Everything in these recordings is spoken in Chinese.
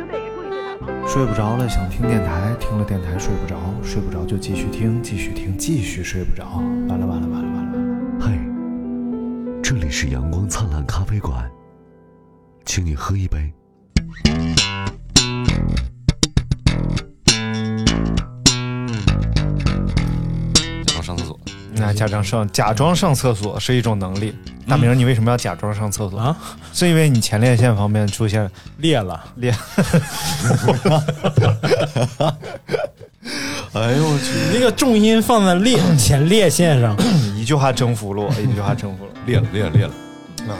球队也注意对他。睡不着了，想听电台，听了电台睡不着，睡不着就继续听，继续听，继续睡不着，完了完了完了完了。嗨，这里是阳光灿烂咖啡馆，请你喝一杯。想上厕所，那假装上假装上厕所是一种能力。大明，你为什么要假装上厕所啊？是因为你前列腺方面出现裂了， 裂？哎呦我去，那个重音放在裂前列腺上，一句话征服了 我，一句话征服了。裂了裂了裂了，啊，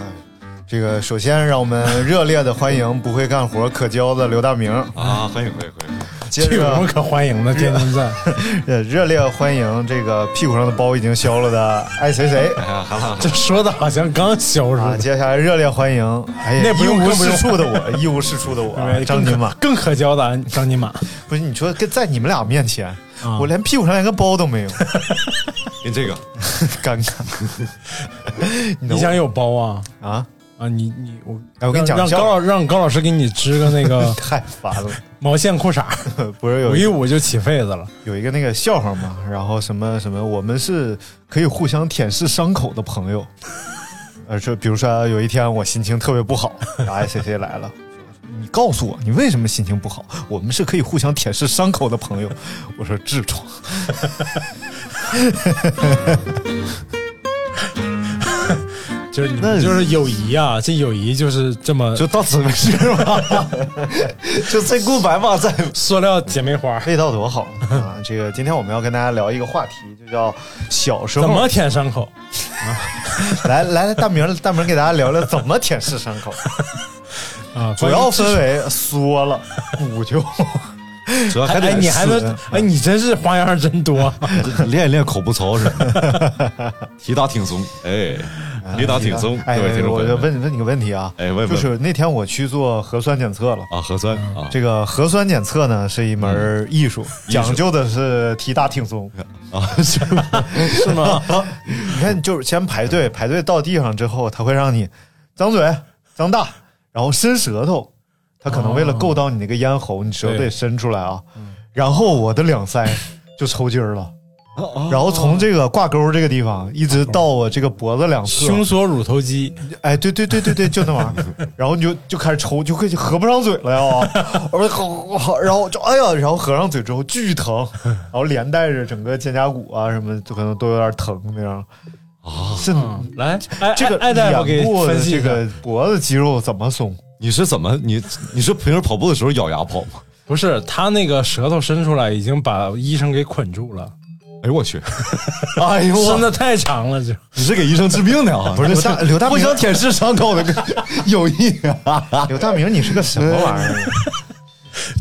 这个首先让我们热烈的欢迎不会干活可教的刘大明，啊，欢迎欢迎欢迎，接这有什么着可欢迎的？天天在， 呃热烈欢迎这个屁股上的包已经消了的爱谁谁哎呀，好了，这说的好像刚消似啊，的。接下来热烈欢迎，哎呀，嗯那不用一无更不用是处的我， 一无是处的 我，张金金马，更可交的张金马，不是你说跟在你们俩面前，啊我连屁股上连个包都没 有，你这个 尴尬。你想有包啊？啊，啊，你你我，哎我跟你讲让个笑让话高老让高老师给你织个那 个太烦了，毛线裤衩，不是有我一一捂就起痱子了。有一个那个笑话嘛，然后什么什么，我们是可以互相舔舐伤口的朋友。 呃，就比如说有一天我心情特别不好， 然后谁谁来了，你告诉我你为什么心情不好？我们是可以互相舔舐伤口的朋友。 我说痔疮， 就是你那们就是友谊啊，这友谊就是这么就到此为止吧， 就 say goodbye 吧，再塑料姐妹花， 味道多好 啊！这个今天我们要跟大家聊一个话题，就叫小时怎候么舔伤口？ 来来，大明儿大明儿给大家聊聊怎么舔舐伤口，啊，主要分为缩 了、补救，主要还还得哎，你还能死啊哎，你真是花样真多。练一练口部操是吧，提打挺松，哎，提打挺松，哎各位听，众我朋就友们问问你个问题啊，哎问问就是那天我去做核酸检测了。嗯啊，核酸啊，嗯这个核酸检测呢是一门艺术，艺术讲究的是提大挺 松啊，是吗？是 吗？你看，就是先排队，排队到地上之后，他会让你张嘴、张大，然后伸舌头，他可能为了够到你那个咽喉，你舌头对得伸出来啊。然后我的两腮就抽筋儿了，然后从这个挂钩这个地方一直到我这个脖子两侧，胸锁乳头肌，哎，对对对对对，就那玩意 儿，然后你就就开始抽，就快就合不上嘴了呀，我说好，好然后就哎呀，然后合上嘴之后巨疼，然后连带着整个肩胛骨啊什么，就可能都有点疼那样。啊，哦是 来，哎这个哎，大夫给眼部的分析这一下个脖子肌肉怎么松？你是怎么你你是平时跑步的时候咬牙跑吗？不是他那个舌头伸出来，已经把医生给捆住了，哎呦我 去，哎呦伸的太长了，就你是给医生治病的啊？不是刘大 刘大明互相舔舐伤口的 友谊啊，刘大明，你是个什么玩意儿？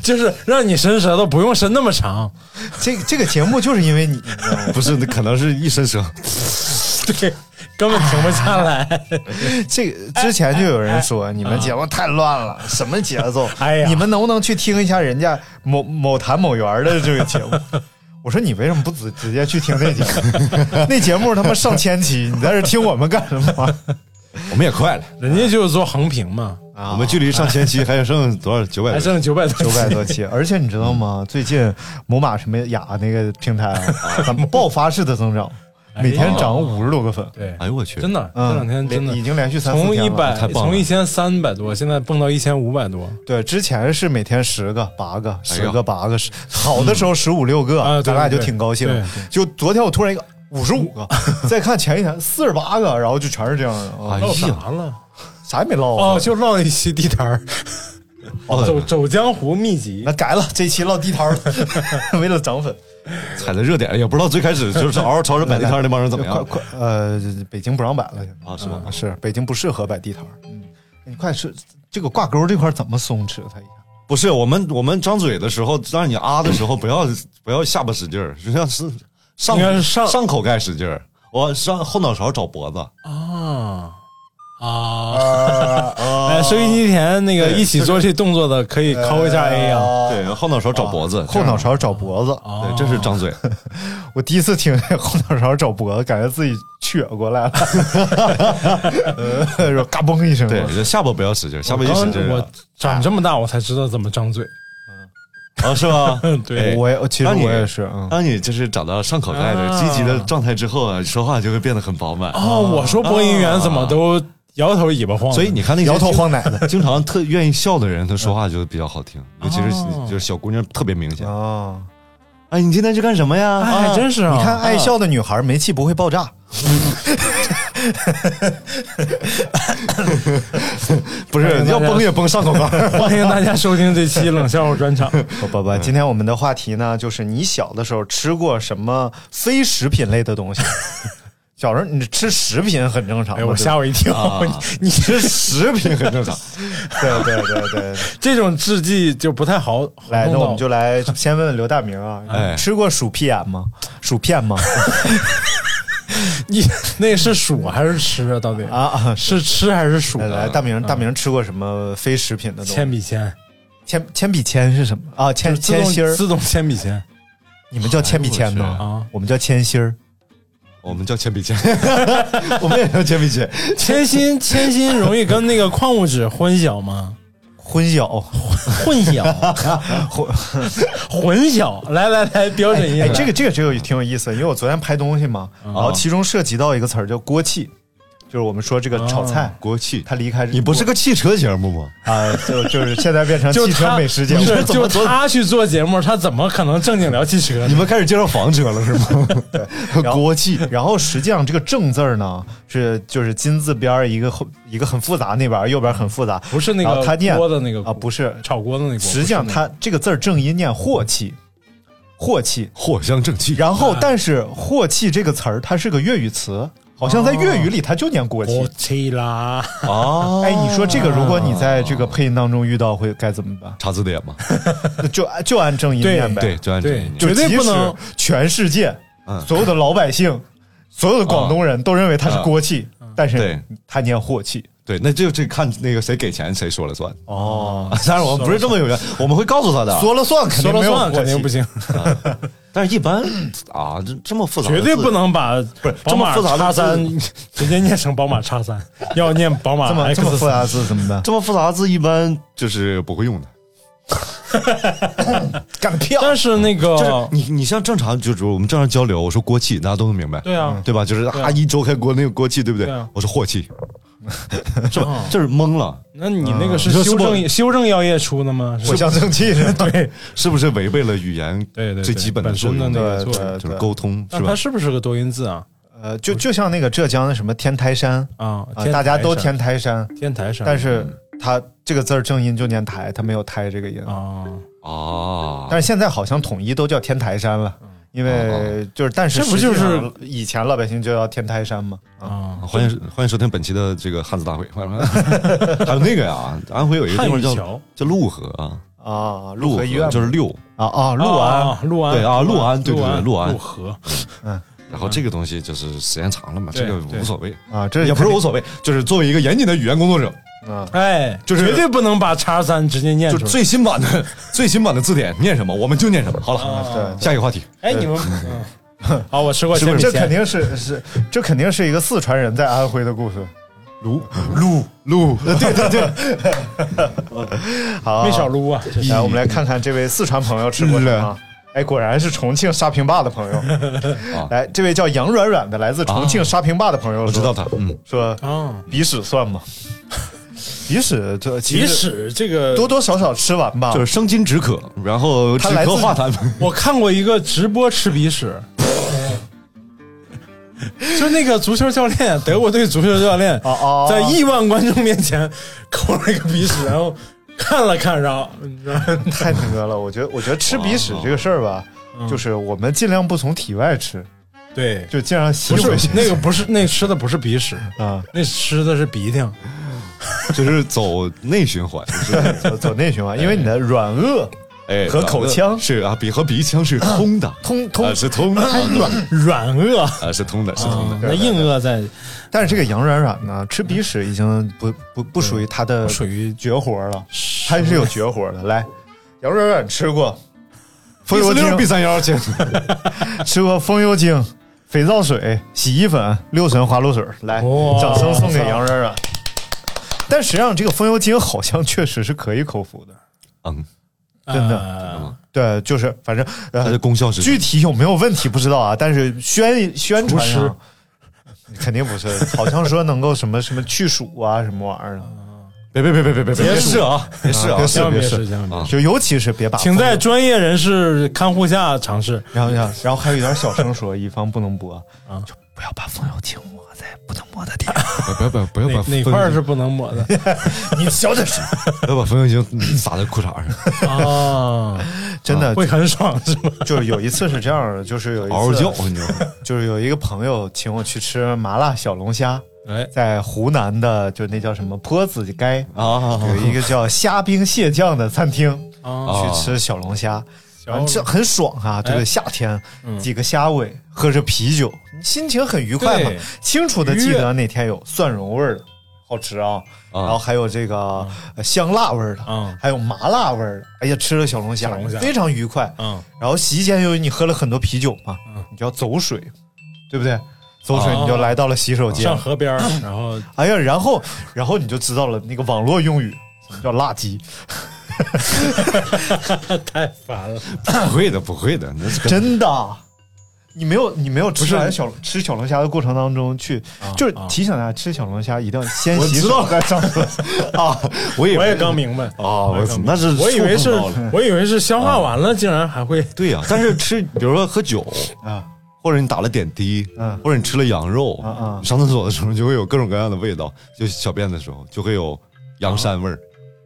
就是让你伸舌头不用伸那么长，这这个节目就是因为你，不是，那可能是一身伤。对，根本停不下 来。 这个之前就有人说你们节目太乱了，什么节奏？ 哎呀你们能不能去听一下人家某某坛某园的这个节目？ 我说你为什么不直直接去听那节目？ 那节目他妈上千期，你在这听我们干什 么？我们也快了，人家就是做横屏嘛，我们距离上千期还有剩多少？九百还多。剩九百多啊九百期多期，而且你知道吗？最近某马什么雅那个平台 啊，咱们爆发式的增长，哎每天涨五十多个粉，对，哎呦我去，真的嗯这两天真的连已经连续三四从天一了百太棒了从一千三百多，现在蹦到一千五百多对，之前是每天十个、八个、哎嗯十呀个、八个，十好的时候十五六个，啊对咱俩就对挺高兴对对。就昨天我突然一个五十五 个，再看前一天四十八个，然后就全是这样的，啊哎唠啥呀，了？啥也没唠啊哦哦，。就唠一期 地摊儿，嗯走走江湖秘籍那，改了，这期唠地摊儿 了，为了涨粉。踩在热点了，也不知道最开始就是 嗷嗷超市摆地摊那帮人怎么样快快，呃，北京不让摆了，现在啊是吗嗯是，北京不适合摆地摊儿。嗯，你快是这个挂钩这块儿怎么松弛它一下？不是我们我们张嘴的时候，让你啊的时候，不要不要下巴使劲儿，就像是上应该是上上口盖使劲儿，我上后脑勺找脖子。啊啊！啊 哎，收音机前那个对一起做这动作的，可以扣一下 A 啊。对，后脑勺找脖子，哦后脑勺找脖子，哦这样，对，这啊是 张嘴。我第一次听 这后脑勺找脖子，感觉自己撅过来了， 呃然后嘎嘣一声，对，这下巴不要使劲儿，下巴一刚使劲儿我长这么大，我才知道怎么张嘴。啊，是吧？嗯对哎我也我其实那你我也是，嗯，哎当你就是找到上口盖的积极的状态之后啊，说话就会变得很饱满。哦，我说播音员怎么都摇头尾巴晃的，所以你看那些摇头晃脑的，哦 经常特愿意笑的人，他说话就比较好听，尤其是就是小姑娘特别明显。哦，哎，你今天去干什么呀？哎，啊还真是啊。你看爱笑的女孩煤气不会爆炸， 不哎是要崩也崩上口 盖。欢迎大家收听这期冷笑话专 场。不不不，今天我们的话题呢，就是你小的时候吃过什么非食品类的东西？小时候你吃食品很正常嘛，哎，我对吓我一跳啊，你吃食品很正常。 对对对对， 这种制剂就不太好。来，那弄到我们就来先问问刘大明啊，哎你吃过薯片吗？薯片吗？ 你那是数还是吃啊？到底啊啊！是吃还是数来来，啊？大明，大明吃过什么非食品的东西？铅笔铅，铅铅笔铅是什么啊？就铅是自动铅芯儿，自动铅笔铅你们叫铅笔铅哎吗？啊。我们叫铅芯儿。我们叫铅笔铅，我们也叫铅笔铅。铅芯铅芯容易跟那个矿物质混淆吗？混淆，混淆， 混混淆。来来来，标准一 下。哎，这个这个这个挺有意思，因为我昨天拍东西嘛，然后其中涉及到一个词儿叫锅气，就是我们说这个炒菜，国气，它离开 你不是个汽车节目吗？ 啊，就就是现在变成就汽车他美食节目不，是怎么就做？他去做节目，他怎么可能正经聊汽车你呢？们开始介绍房车了是吗？然后国气然后实际上这个正字儿呢是就是金字边儿一个后一个很复杂那边儿右边儿很复杂，不是那然后个他念锅的那个啊不是，炒锅的那锅。实际上不是那个它这个字儿正音念镬气，镬气。藿香正 气，然啊后但是镬气这个词儿它是个粤语词，好像在粤语里它就念锅气。锅气啦，啊，哎，你说这个，如果你在这个配音当中遇到，会该怎么办？查字典嘛，就就按正音念呗。对，，就按这个对念就绝对即不使能全世界嗯所有的老百 姓，所有的广东人都认为他是锅气，嗯但是啊对他念火气。对，那就这看那个谁给钱谁说了算。哦，当然我 们不是这么有缘，我们会告诉他的。说了算肯定说了没有算肯定火不气。行，但是一般啊，这这么复杂的绝字，对不能把不是宝马这么复杂叉的字三直接念成宝马叉三，要念宝马这么 X 这么复三杂字怎么办？这么复杂的字，一般就是不会用的。干 票但是那就是个你你像正常，就是我们正常交流，我说锅气，大家都能明白，对啊，对吧？就是对啊啊，一周开锅那个锅气，对不对对啊？我说 火气，是 吧？这是懵了，那你那啊个是你说修是不正修正药业出的吗？是藿香正气是吧？ 对是不是违背了语言对对对最基本的本作身的用那呢？个对作用对，就是沟通，是那吧它？是不是个多音字啊？呃，就就像那个浙江的什么天台山啊啊，，大家都天天台山，台山嗯天台上，但是它这个字儿正音就念台，它没有台这个音。啊，啊，但是现在好像统一都叫天台山了，因为就是但是嗯哦这不就是实际上以前老百姓就叫天台山嘛？啊，啊，欢迎欢迎收听本期的这个汉字大会， 还有那个呀，安徽有一个地汉方语叫桥叫陆河啊，啊，陆陆河河医院就是六，啊啊，陆啊安，陆安对啊陆安对对对陆陆安陆河然后这个东西就是时间长了嘛，对这个对无所谓，啊，这也不是无所谓，就是作为一个严谨的语言工作者，啊，哎，就是绝对不能把叉三直接念就出来。最新版的最新版的字典念什么，我们就念什么。好了，对下一个话题，哎， 你们，嗯好，我吃过铅笔这肯铅，定是是这肯定是一个四川人在安徽的故事。撸撸撸，对对对，好，没少撸啊。这是来，我们来看看这位四川朋友吃过什么啊。哎，果然是重庆沙坪坝的朋友啊。来，这位叫杨软软的，来自重庆沙坪坝的朋友，我知道他，嗯，说啊，鼻屎算吗？鼻屎这其即实使这个，多多少少吃完吧， 就是生津止渴，然后止他来自咳化痰， 我看过一个直播吃鼻屎， 就那个足球教练，德国队足球教练哦哦，在亿万观众面前 抠了一个鼻屎，然后看了看，然后嗯然后太那个了。我觉得，我觉得吃鼻屎这个事儿吧，就是我们尽量不从体外吃，对，就尽量吸不回是去那个不是那吃的不是鼻屎， 啊， 那吃的是鼻涕。啊就是走内循环，就是走走内循环，因为你的软腭哎，和口腔是啊，比和鼻腔是嗯通的，通通啊是通的，软软腭，啊是通的，是通的。啊那硬腭在但是这个杨软软呢，吃鼻屎已经不不不属于他的，属于绝活了，他是有绝活的。来，杨软软吃 过风油精六、B 三幺去，吃过风油精、肥皂水、洗衣粉、六神花露水。来，哇掌声送给杨软软。但实际上，这个风油精好像确实是可以口服的，嗯，真的的嗯对，就是反正它呃的，功效是具体有没有问题不知道啊，但是宣宣传厨师上肯定不是，好像说能够什么什么去暑啊，什么玩意儿的。别别别别别别别别嗯试啊，别试啊别，千万别嗯是试，千万别试，啊就尤其是别把，请在专业人士看护下尝试。然后然后然后还有一点小声说，以防不能 播啊就不要把风油精抹在不能抹的地方。不要不要不要哪把哪块儿是不能抹的你小点声，不要把风油精撒在裤衩上，啊？ 真的会很爽是吗？ 就是有一次是这样的，就是有一次嗷嗷叫，啊你知道吗？ 就是有一个朋友请我去吃麻辣小龙虾，哎，在湖南的就那叫什么坡子街啊有一个叫虾兵蟹将的餐厅，啊，啊去吃小龙虾，龙哎嗯啊这很爽啊！这个夏天，几个虾尾，喝着啤酒，心情很愉快嘛对。清楚的记愉得悦那天有蒜蓉味儿的，好吃啊！啊 然后还有这个呃香辣味儿的嗯，还有麻辣味儿的。哎呀，吃了小龙虾小龙虾，非常愉快。嗯，然后席间由于你喝了很多啤酒嘛，你就要走水，对不对？走水哦你就来到了洗手间上，河边儿，然后 哎呀，然后然后你就知道了那个网络用语什么叫辣鸡，太烦了。不会的不会的，那是个真的。你没有，你没有吃完小吃小龙虾的过程当中去，就是啊提醒大家吃小龙虾一定要先我洗知手道再上桌啊！我以为我也刚明白，啊，我刚明白那是哎哦我以为是触碰到了，我以为是消化完了，竟然还会对呀，但是吃比如说喝酒啊。或者你打了点滴，嗯或者你吃了羊肉，嗯嗯你上厕所的时候就会有各种各样的味道，就小便的时候就会有羊膻味儿，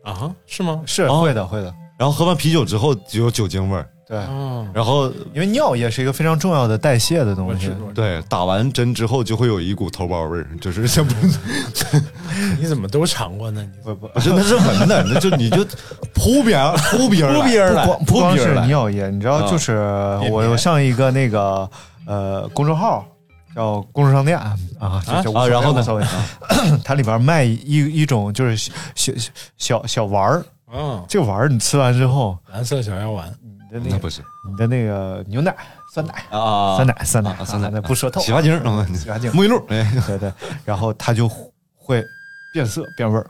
啊？是 吗？是哦会的，会的，然后喝完啤酒之后就有酒精味儿，对，哦，然后因为尿液是一个非常重要的代谢的我东西知。道。对打完针之后就会有一股头孢味儿，就是这不 是你怎么都尝过呢？你不不，不是那是闻的，那就你就扑鼻儿扑鼻儿来扑鼻儿来不光不扑光鼻儿是来，啊尿液，你知道，就是便我便有上一个那个呃公众号叫公众商店啊，就就无所谓啊然后呢无所谓 它里边卖一一种就是小小小小丸儿，啊，这个丸儿你吃完之后，蓝色小药丸，你的那那个不是你的那个牛奶、酸奶、啊酸奶、酸奶、啊酸奶啊不说透啊，洗发精儿嗯洗发精，沐浴露，哎，对对，然后它就会变色变味儿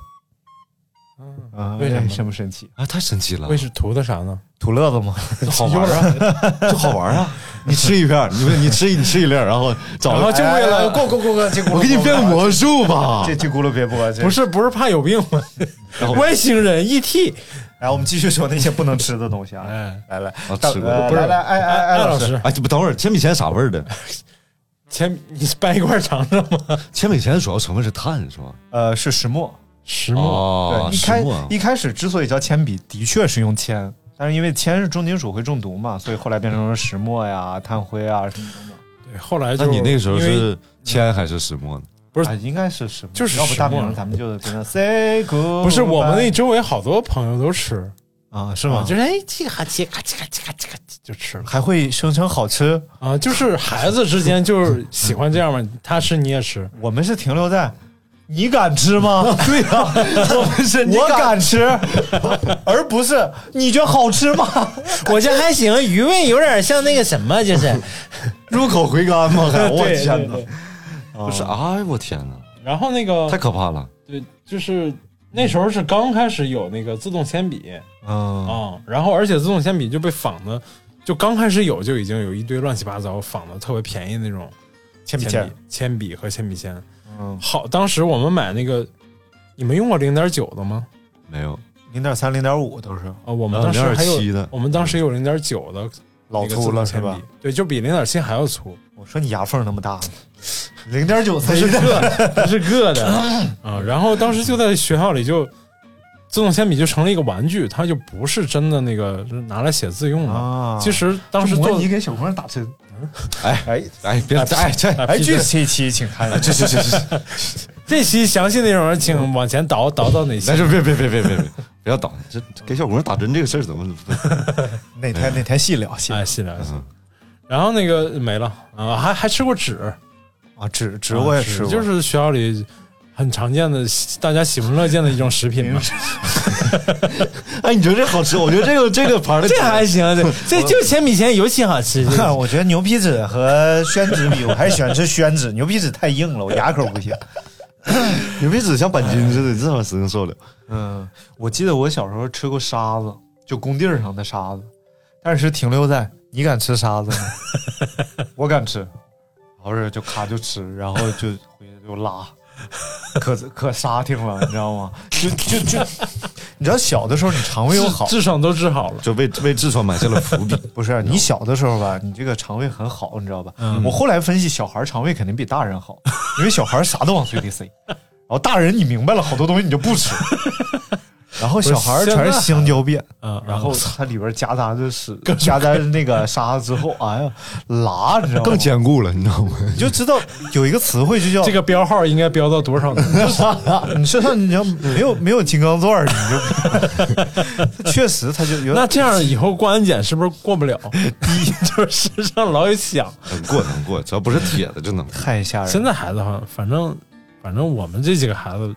啊，为什么呢神不神奇？啊太神奇了为，是涂的啥呢？土乐子吗？好玩儿啊，就好玩儿啊，你吃一片儿，你不是你吃一你吃一粒儿，然后找哦哎然后就为了过过过过，结我给你变魔术吧，这这咕噜别播，这不是不是怕有病吗？外星人 ET，来，我们继续说那些不能吃的东西啊！哎 来来啊，大吃过呃不是来来，哎哎哎，艾老老师，师，哎，这不等会儿，铅笔钱啥味儿的？前你掰一块儿尝尝吗？铅笔钱主要成分是碳，是吧？呃，是石墨，石墨哦对，一开一开始之所以叫铅笔，的确是用铅，但是因为铅是重金属会中毒嘛，所以后来变成了石墨呀、炭灰啊什么的。对，后来那就你那个时候因为是铅还是石墨呢？不是啊应该是石墨，就是要不大石墨明咱们就跟他 say good，不是我们那周围好多朋友都吃，那啊是啊吗？就是哎，这个哈叽嘎叽嘎叽嘎叽嘎叽就吃了还会声称好吃，啊，就是孩子之间就是喜欢这样嘛，他吃你也吃，我们是停留在。你敢吃吗？ 对呀、我们是我敢吃， 而不是你觉得好吃吗？ 我觉得还行，余味有点像那个什么，就是 入口回甘吗？还 我对天对哪！啊对。不是，哎我天哪，然后那个太可怕了！对，就是那时候是刚开始有那个自动铅笔嗯，啊，然后而且自动铅笔就被仿的，就刚开始有就已经有一堆乱七八糟仿的特别便宜那种铅笔铅铅笔，、铅笔和铅笔铅。嗯，好，当时我们买那个，你们用过零点九的吗？没有，零点三、零点五都是啊，我们啊当时还有0.7的我们当时有零点九的老那个粗了自是动铅笔吧？？对，就比零点七还要粗，我说你牙缝那么大，零点九才是它是硌的 啊。然后当时就在学校里就，自动铅笔就成了一个玩具，它就不是真的那个是拿来写字用的。啊其实当时模做拟给小朋友打针。哎哎哎，别哎这哎，哎这这这一期请看这这这这，这期详细内容请往前倒 倒到哪些但？是别别别别别别不要倒，这这给小姑娘打针这个事儿怎么？哪天哪天细聊细聊哎，细聊一下。嗯然后那个没了啊，还还吃过纸，啊，纸纸我也吃过，就是学校里很常见的，大家喜闻乐见的一种食 品嘛。哎，你觉得这好吃？我觉得这个这个盘的 这还行， 这这就前米前尤其好吃。这个看，我觉得 牛皮纸和宣纸比，我还是喜欢吃宣纸。牛皮纸太硬了，我牙口不行。 牛皮纸像板筋似的，你这玩意儿谁能受得了？嗯，我记得我小时候吃过沙子，就工地儿上的沙子，但是停留在你敢吃沙子吗？我敢吃，然后是就咔就吃，然后就回去就拉，可可沙挺了，你知道吗？就就就，你知道小的时候你肠胃又好，痔疮都治好了，就为为痔疮埋下了伏笔。不是啊你小的时候吧，你这个肠胃很好，你知道吧？嗯我后来分析，小孩肠胃肯定比大人好， 因为小孩啥都往嘴里塞，然后大人你明白了好多东西你就不 吃，然后小孩全是香蕉便，嗯，然 后它里边夹杂着屎，夹杂着那个沙之后，哎呀，拉，你知道吗？更坚固了，你知道吗？你就知道有一个词汇就叫这个标号应该标到多少呢？ 你身上你要没有没有金刚钻儿，你 就确实他就有那这样以后过安检是不是过 不了？一就是身上老有响。能过能过，只要不是铁的就能。太吓人了。现在孩子好像，反正反正我们这几个孩子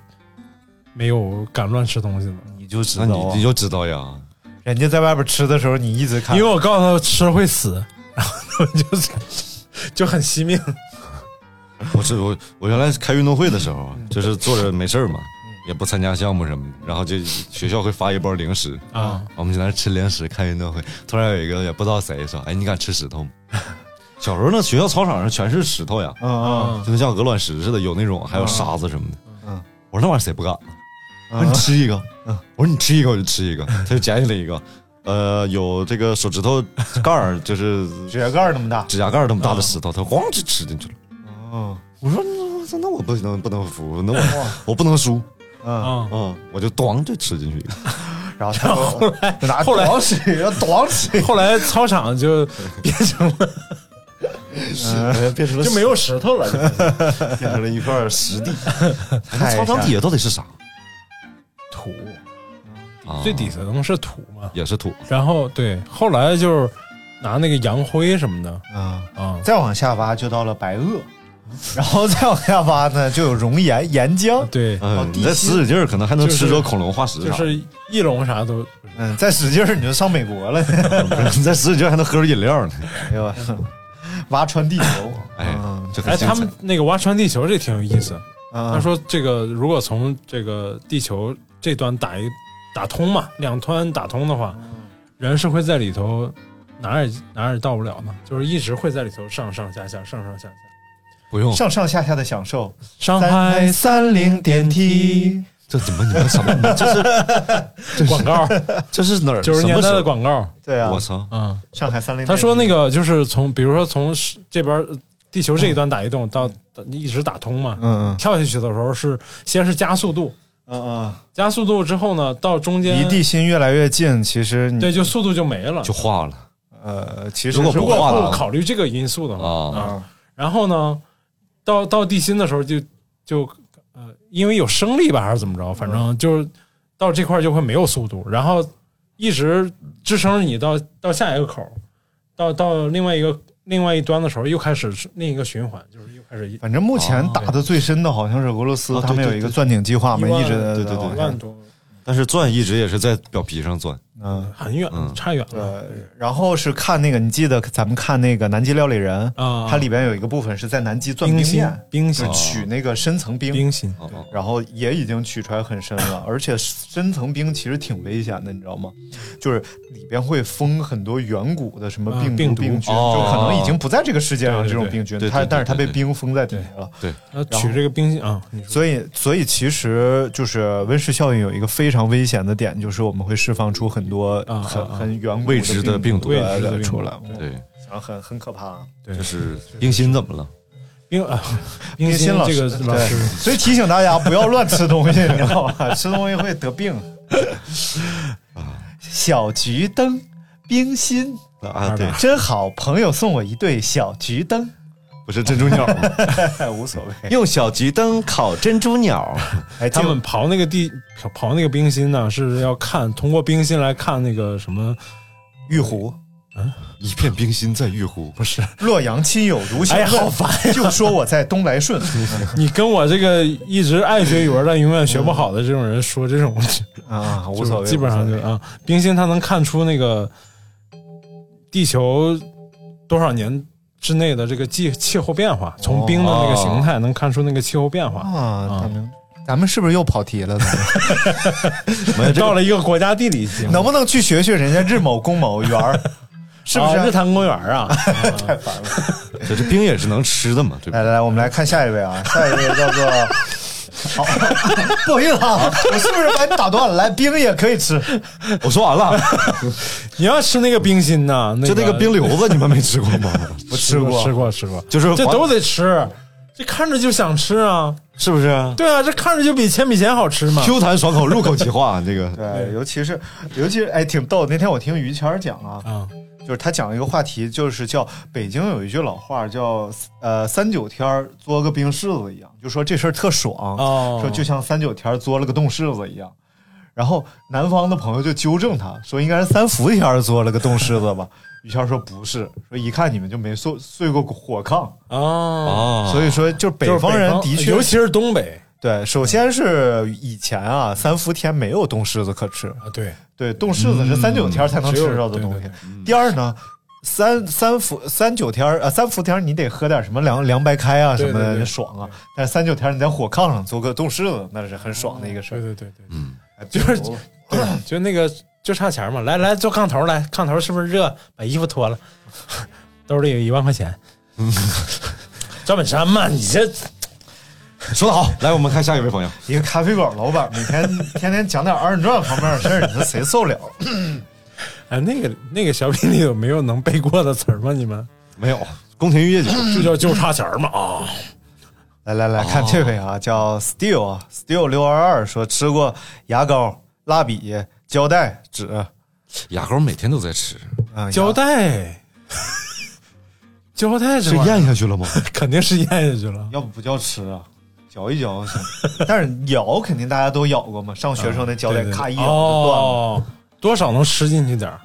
没有敢乱吃东西的，你就知那道你啊你 就知道呀，人家在外边吃的时候，你一直看，因为我告诉他吃会死， 然后他们就是就很 惜命。我是我我原来开运动会的时候，就是坐着没事儿嘛，也不参加项目什么的，然后就学校会发一包零食啊，我们就在那吃零食看运动会。突然有一个也不知道谁说：“哎，你敢吃石头吗？” 小时候那学校操场上全是石头呀，嗯就跟像鹅卵石似的，有那种还有沙子什么的。嗯，我说那玩意儿谁不干？我嗯说你嗯，吃一个，嗯我说你吃一个我就吃一个，他就捡起来一个，呃，有这个手指头盖儿，就是指甲盖儿那么大，指甲盖儿那么大的石头，他咣就吃进去了。嗯我说那我说那我不能不能服，那我我不能输，嗯，啊，嗯，我就咣就吃进去一个，然后他后来拿后来咣吃，然后咣吃，后来操场就变成了嗯变成了就没有石头了， 变成了一块实地。那操场底下到底是啥？土啊最底层是土嘛。也是土，然后对，后来就是拿那个洋灰什么的嗯，啊，再往下挖就到了白垩，然后再往下挖呢，就有熔岩、岩浆。啊对，嗯，哦地你再使使劲儿，可能还能就是吃着恐龙化石就啥的，是翼龙啥都嗯，再使劲儿你就上美国了。 你再使使劲儿还能喝着饮料呢，哎呦，挖穿地球。哎嗯，这很哎，精他彩们那个挖穿地球这挺有意思。嗯啊他说这个如果从这个地球这端打一打通嘛，两端打通的话，嗯人是会在里头哪儿也哪儿也到不了呢，就是一直会在里头上上下下上上下下。不用，上上下下的享受。上三海三零电梯，这怎么你们什 么？你们这是广 告，这是哪儿？九十年代什么的时候广告，对啊我，操！嗯，上海三零。他说那个就是从，比如说从这边呃地球这一端打一洞到到一直打通嘛，嗯，跳下去的时候是先是加速度，嗯嗯加速度之后呢，到中嗯，间离地心越来越近，其实你对，就速度就没了就。化了呃，其实如果是如不果化了不考虑这个因素的话，啊！啊，然后呢，到到地心的时候就就呃，因为有升力吧，还是怎么嗯着，反正就是到这块儿就会没有速度，然后一直支撑着你到到下一个口儿，到到另外一个另外一端的时候，又开始另一个循环，就是又开始一反正目前打的最深的好像是俄罗哦斯，他们有一个钻井计划嘛，一万一直在对对对一万多，但是钻一直也是在表皮上钻，嗯。很远，嗯差远了呃，然后是看那个，你记得咱们看那个《南极料理人》啊它里边有一个部分是在南极钻冰冰心面，，冰是心，哦取那个深层冰，冰心，哦哦然后也已经取出来很深了，而且深层冰其实挺危险的，你知道吗？就是里边会封很多远古的什么啊病病毒哦毒、病菌，哦就可能已经不在这个世界上对这对种对病菌对，对它对但是它被对对冰封在底下了。呃，后取这个冰心啊，你说所以，所以其实就是温室效应有一个非常危险的点，就是我们会释放出很多啊很啊啊很远古未知的病毒毒啊来未知的来病毒出来，对，嗯然后很很可怕。对就，是冰心怎么了？冰啊，冰冰心老这师个老师。所以提醒大家不要乱吃东西，你 知道吧？吃东西会得病。小桔灯，冰心啊，对，真好，朋友送我一对小桔灯，哎不是珍珠鸟吗？ 无所谓。用小桔灯烤珍珠 鸟，哎，他这个们刨那个地刨那个冰心呢，是要看通过冰心来看那个什么玉壶，一片冰心在玉壶。不是？洛阳亲友如相哎问，呀好烦就说我在东来顺，你跟我这个一直爱学语文但永远学不好的这种人说这种，啊，无就所谓，基本上就无所谓啊，冰心它能看出那个地球多少年之内的这个气气候变化，从冰的那个形态能看出那个气候变哦化。啊，咱们咱们是不是又跑题了？咱 们到了一个国家地理节目，能不能去学学人家日某公某园 儿？是不啊日是？坛公园啊？太烦了。这这冰也是能吃的嘛，对吧？来来来，我们来看下一位啊，下一位叫做。好， 不好意思啊，我是不是把你打断了？来，冰也可以吃，哎我说 完了，你要吃那个冰心呐，就那那个冰瘤子，你们没吃过 吗？我吃过，吃过吃过， 就是这黄都得吃，这看着就想吃啊。是不是？ 对啊，这看着就比铅笔钱好吃嘛。 Q 弹爽口，入口即化，这个对，尤其是尤其是哎，挺逗。那天我听于谦儿讲啊，啊，就是他讲了一个话题，就是叫北京有一句老话叫呃三九天儿嘬个冰柿子一样，就说这事儿特爽，哦说就像三九天儿嘬了个冻柿子一样。然后南方的朋友就纠正他说，应该是三伏天儿嘬了个冻柿 子吧。于谦儿说不是，说一看你们就没睡睡过火炕，哦，啊，所以说就是北方人的确尤其是东北对，首先是以前啊三伏天没有冻柿子可吃，啊，对，对，冻柿子是三九天儿才能吃到的东只西嗯有。第二呢，三三伏三九天儿呃三伏天儿你得喝点什么凉凉白开啊什么对对对的爽啊，但是三九天儿你在火炕上做个冻柿子，那是很爽的一个事对儿。对对对，嗯，哎就是比如对就那个就差钱嘛。来来，坐炕头来，炕头是不是热？把衣服脱了， 兜里有一万块钱。嗯赵本山嘛，你这说得好，来我们看下一位朋友，一个咖啡馆老板每天天天讲点二人转方面的事儿，你说谁受了？ 哎，那个那个小品里有没有能背过的词儿吗？你们没有宫廷玉液酒，就叫就差钱嘛啊。来来来看这位啊，叫 Steel 啊，Steel 六二二说吃过牙膏、蜡笔、胶带、纸牙膏每天都在吃，啊，胶 带，胶带是玩意儿咽下去 了吗？ 肯定是咽下去 了。要不不叫吃啊，嚼一嚼行。 但是咬肯定大家都咬过嘛，上学生那胶带对对对咔一咬就断了。哦，多少能吃进去点儿。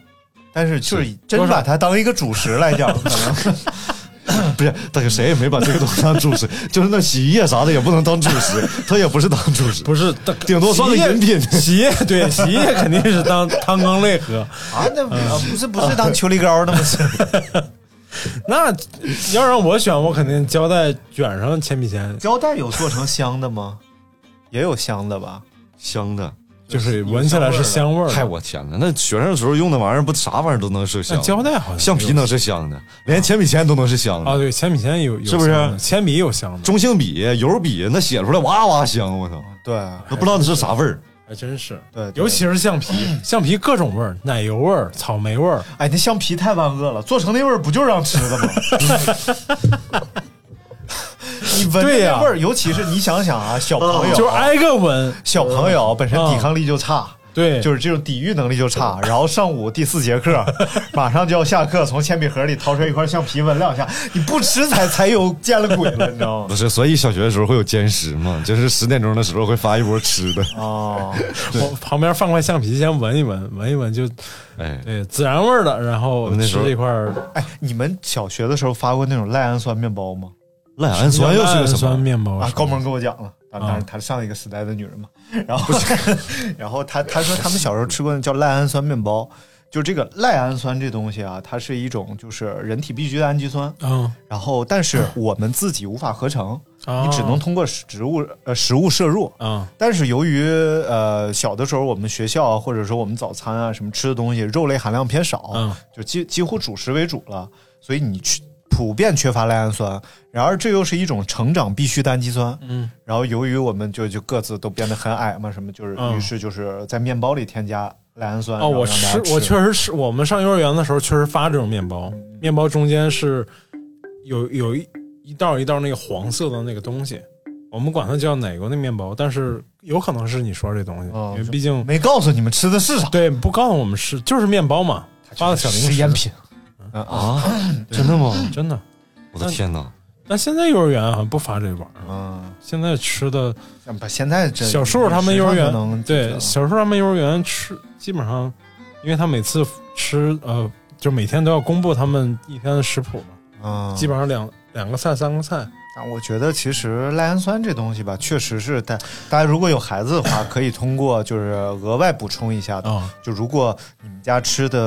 但是就是真把它当一个主食来讲，可 能不是，但是谁也没把这个东西当主 食，就是那洗衣液啥的也不能当主食，它也不是当主食，不是，顶多算个饮品 洗液对，洗液肯定是当 汤羹类喝。啊，那不是不是当秋梨膏那么吃。那要让我选，我肯定胶带卷上铅笔钱，胶带有做成香的吗？也有香的吧？香的。就是闻起来是香味儿嗨，的。我天哪！那学生的时候用那玩意儿，不啥玩意儿都能是香那的，胶带好像橡皮能是香的，连铅笔铅都能是香的。啊，对，铅笔钱有有是不是香的铅笔有香的，中性笔、油笔那写出来哇哇香，我操，对，都不知道那是啥味儿。还真是。对对尤其是橡皮，橡皮各种味儿，奶油味儿、草莓味儿。哎，那橡皮太万恶了，做成那味儿不就是让吃的吗？ 你闻着对呀嗯那味儿，尤其是你想想啊，小朋友就是挨个闻，小朋友啊本身抵抗力就差，对就是这种抵御能力就差。然后上午第四节课，马上就要下课，从铅笔盒里掏出一块橡皮闻两下，你不吃才才有见了鬼了，你知道吗 不？是，所以小学的时候会有兼食嘛，就是十点钟的时候会发一波吃的。哦，我旁边放块橡皮，先闻一闻，闻一闻就哎，对孜然味儿的，然后们那时吃候这块儿哎，你们小学的时候发过那种赖氨酸面包吗？赖氨酸又是个氨什酸么？面包啊，是高吧萌跟我讲了，当当然她上一个时代的女人嘛。然后， 然后她她说他们小时候吃过那叫赖氨酸面包，就这个赖氨酸这东西啊，它是一种就是人体必需的氨基酸。嗯，然后，但是我们自己无法合成，啊你只能通过植物呃食物摄入。啊但是由于呃小的时候我们学校啊或者说我们早餐啊什么吃的东西肉类含量偏哦少，嗯就几几乎主食为主了，所以你去普遍缺乏赖氨酸。然而这又是一种成长必需的氨基酸。嗯，然后由于我们就就各自都变得很矮嘛，什么就是、嗯于是就是在面包里添加赖氨酸。哦，我吃吃我确实吃，我们上幼儿园的时候确实发这种面包，面包中间是有有一一道一道那个黄色的那个东西，我们管它叫奶油的面包，但是有可能是你说这东西，哦因为毕竟没告诉你们吃的是啥，对不告诉我们是就是面包嘛，发的小零实食嗯啊验品。嗯啊，真的吗？真的。我的天哪！但现在幼儿园好像不发这玩意儿，嗯，现在吃的把现在这小树他们幼儿时尚就能园解决对了小树他们幼儿园吃基本上，因为他每次吃呃，就每天都要公布他们一天的食谱嘛，嗯，基本上两两个菜三个菜，啊，我觉得其实赖氨酸这东西吧，确实是大大家如果有孩子的话，可以通过就是额外补充一下的。啊就如果你们家吃的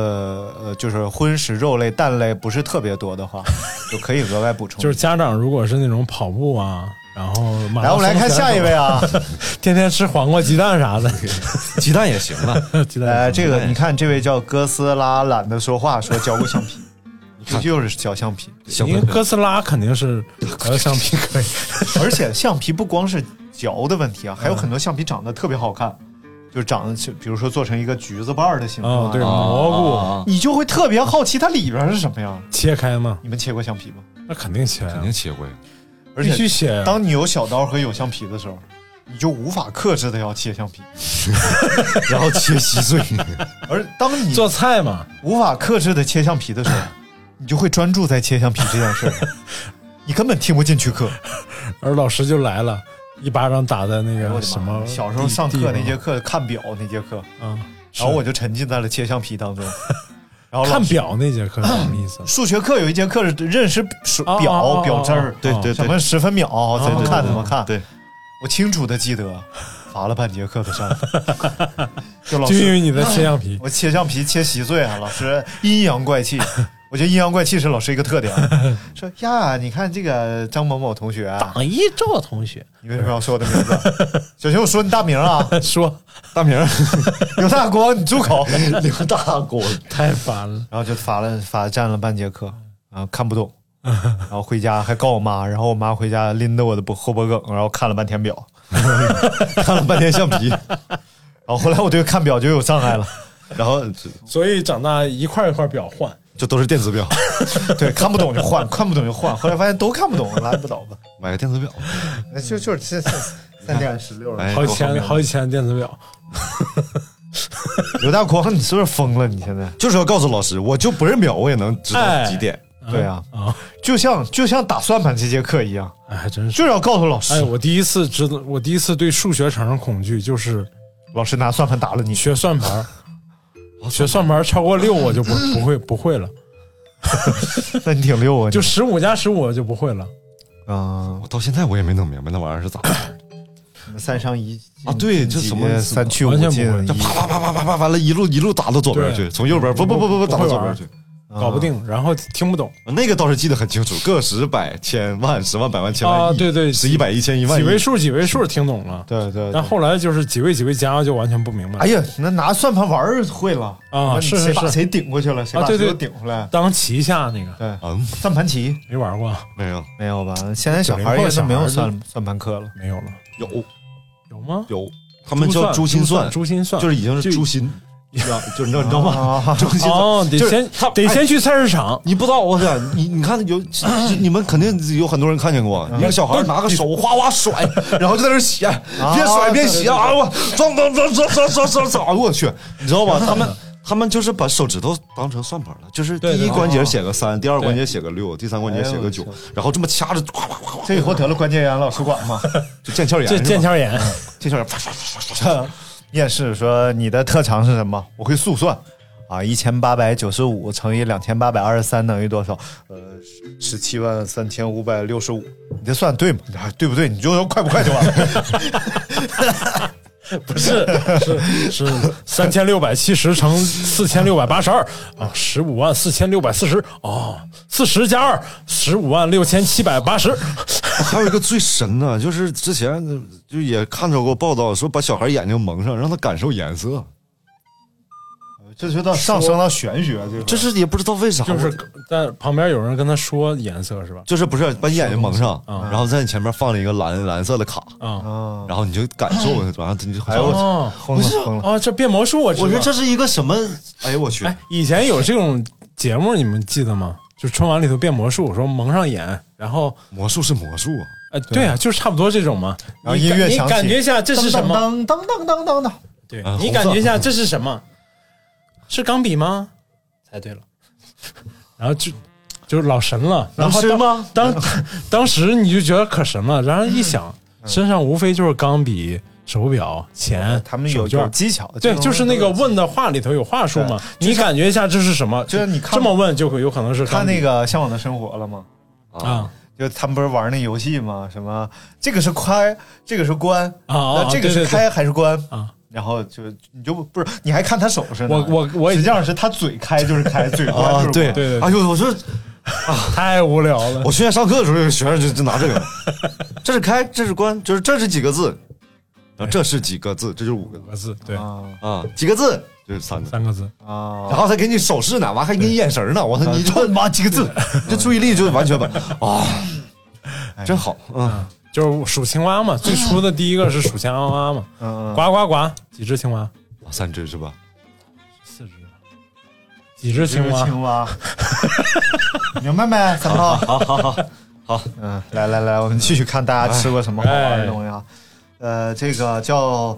呃就是荤食、肉类、蛋类不是特别多的 话，就可以额外补充。就是，家长如果是那种跑步啊，然后马来拉我松们来看下一位 啊，天天吃黄瓜鸡蛋啥 的，鸡蛋也行啊。 鸡蛋来哎呃这个你看这位叫哥斯拉懒得说话，说嚼过橡 皮，你看又是嚼橡皮，小因朋为友哥斯拉肯定是和橡皮可以，而且橡皮不光是嚼的问题啊，嗯还有很多橡皮长得特别好看，就长得就比如说做成一个橘子瓣儿的形状啊啊，对啊蘑你就会特别好奇它里边是什么样。菇切开嘛，你们切过橡皮吗？那肯定切啊，肯定切 过呀。而必须且，切啊，当你有小刀和有橡皮的时候，你就无法克制的要切橡皮，然后切稀碎，而当你做菜嘛，无法克制的切橡皮的 时候，你就会专注在切橡皮这件事上，你根本听不进去课。而老师就来了，一巴掌打在那我个的什妈么呀地，小时候上课那地节课看表那节课，方啊，然后我是就沉浸在了切橡皮 当中，然后老看师？表那节课是什么意思 数学课有一节课是认识数哦表、哦哦表针儿哦，对对啊什么十分秒怎么看怎么看，对，我清楚的记得，罚了半节课的站， 就老就因为师你在切橡皮，我切橡皮切稀碎啊，老师阴阳怪 气，我觉得阴阳怪气是老师一个特点，啊说呀，你看这个张某某同学啊，榜一赵同学你为什么要说我的名字？小心我说你大名啊， 说大名刘大国，你住 口，刘大国。太烦了，然后就罚了罚站了半节课，啊，看不 懂，然后回家还告我妈，然后我妈回家拎着我的脖后脖梗，然后看了半天表， 看了半天橡皮，然后后来我对看表就有障碍了，然后就所以长大一块一块表换，就都是电子表， 对，看不懂就换，看不懂就换，后来发现都看不懂，拉不倒吧，买个电子表，那就就是现 在三点十六了。哎好啊几多方千便好几千电子表，刘大光，你是不是疯了？你现在就是要告诉老师，我就不认表，我也能知哎道几点。对啊，啊，就像就像打算盘这节课一样，哎，还真是。就是要告诉老师，哎，我第一次知道，我第一次对数学产生恐惧，就是老师拿算盘打了你。学算盘儿，学算盘儿超过六我就不不会不会了，那你挺溜啊，就十五加十五我就不会了。啊，我到现在我也没弄明白那玩意儿是咋回事儿，三上一啊对这怎么三去五完全进不会一这啪啪啪啪啪啪，完了，一路一路打到左边去，对从右边不不不不不不打会到左玩儿边去。搞不啊定，然后听不懂那个倒是记得很清楚，个十百千万十万百万千万啊，亿对对，十一百一千一万几亿位数几位数听懂了，对对，但后来就是几位几位加就完全不明白。哎呀，那拿算盘玩儿会了啊那是谁是把是谁顶过去了，谁把啊对谁对都顶回来。当棋下那个对，嗯，算盘棋没玩过，没有没有吧？现在小孩儿90后也是没有小孩儿算算盘课了。没有了，有有吗？有，他们叫珠珠心算，算，珠心算就是已经是就珠心，你知道就你知道你知道吗啊？珠心算哦，得就是先他得哎先去菜市场，你不知道，我想你，你看有你们肯定有很多人看见过，一个小孩拿个手哗哗甩，然后就在那儿写，别甩别写啊！我撞撞撞撞撞撞撞撞！我去，你知道吗？他们他们就是把手指头当成算盘了，就是第对对一关节写个三，第二关节写个六，第三关节写个九哎呦我，然后这么掐着，哗哗哗哗这以后得了关节炎老师管 吗？就腱鞘炎，这是吧腱鞘炎，嗯这小孩儿啪啪啪啪啪啪。面试说你的特长是什么？我会速算。啊，一千八百九十五乘以两千八百二十三等于多少？呃，十七万三千五百六十五。你这算对吗？啊对不对？你就说快不快就完了。 不是是是三千六百七十乘四千六百八十二啊，十五万四千六百四十哦，四十加二十五万六千七百八 十，还有一个最神的，就是之前就也看到过报道说，把小孩眼睛蒙上，让他感受颜色，这就到上升到玄学这个。这是也不知道为啥，就是但旁边有人跟他说颜色是吧？就是不是把你眼睛蒙上，嗯然后在你前面放了一个蓝蓝色的卡，啊啊，然后你就感 受，然后你就哎呦我操，哦疯了疯了！哦，这变魔术我知道我说这是一个什么？哎呦我去！哎，以前有这种节目，你们记得吗？就春晚里头变魔术，说蒙上眼，然后魔术是魔术啊，呃，对啊，就是差不多这种嘛。然后你音乐感响你起啊感觉一下这是什么？当当当当当当当，对嗯你红感色觉一下这是什么？是钢笔吗？猜对了。然后就就是老神了。然后能吃当吗？当当时你就觉得可神了，然后一想，嗯身上无非就是钢笔、手表、钱、哦他们有手有绢。技巧，对，就是那个问。问的话里头有话术嘛，对就你像感觉一下这是什么？就是你看这么问，就有可能是看钢笔那个《向往的生活》了吗？啊就他们不是玩那游戏吗？什么这个是开，这个是关，啊啊那这个对对是对开还是关啊？然后就你就不是你还看他手势呢？我我我哦实际上是他嘴开就是开， 嘴关就是啊关。，对嗯对对哎呦，我说太无聊了我。去年上课的时候，有学生就就拿这个，这是开，这是关，就是这是几个字，然后这是几个字，这就是五个字五个字，对，啊，几个字就是三个，三个字， 啊，然后他给你手势呢，完还给你眼神呢，我操，你 这妈几个字，这注意力就完 全把啊，真好，嗯，就是数青蛙嘛。最初的第一个是数青蛙嘛， 嗯，呱呱呱，几只青蛙？啊三只是吧？四只，几只青蛙？青 蛙，明白没？三炮，好好好好，嗯，来来来，我们继续看大家吃过什么好哎玩的东西啊？呃，这个叫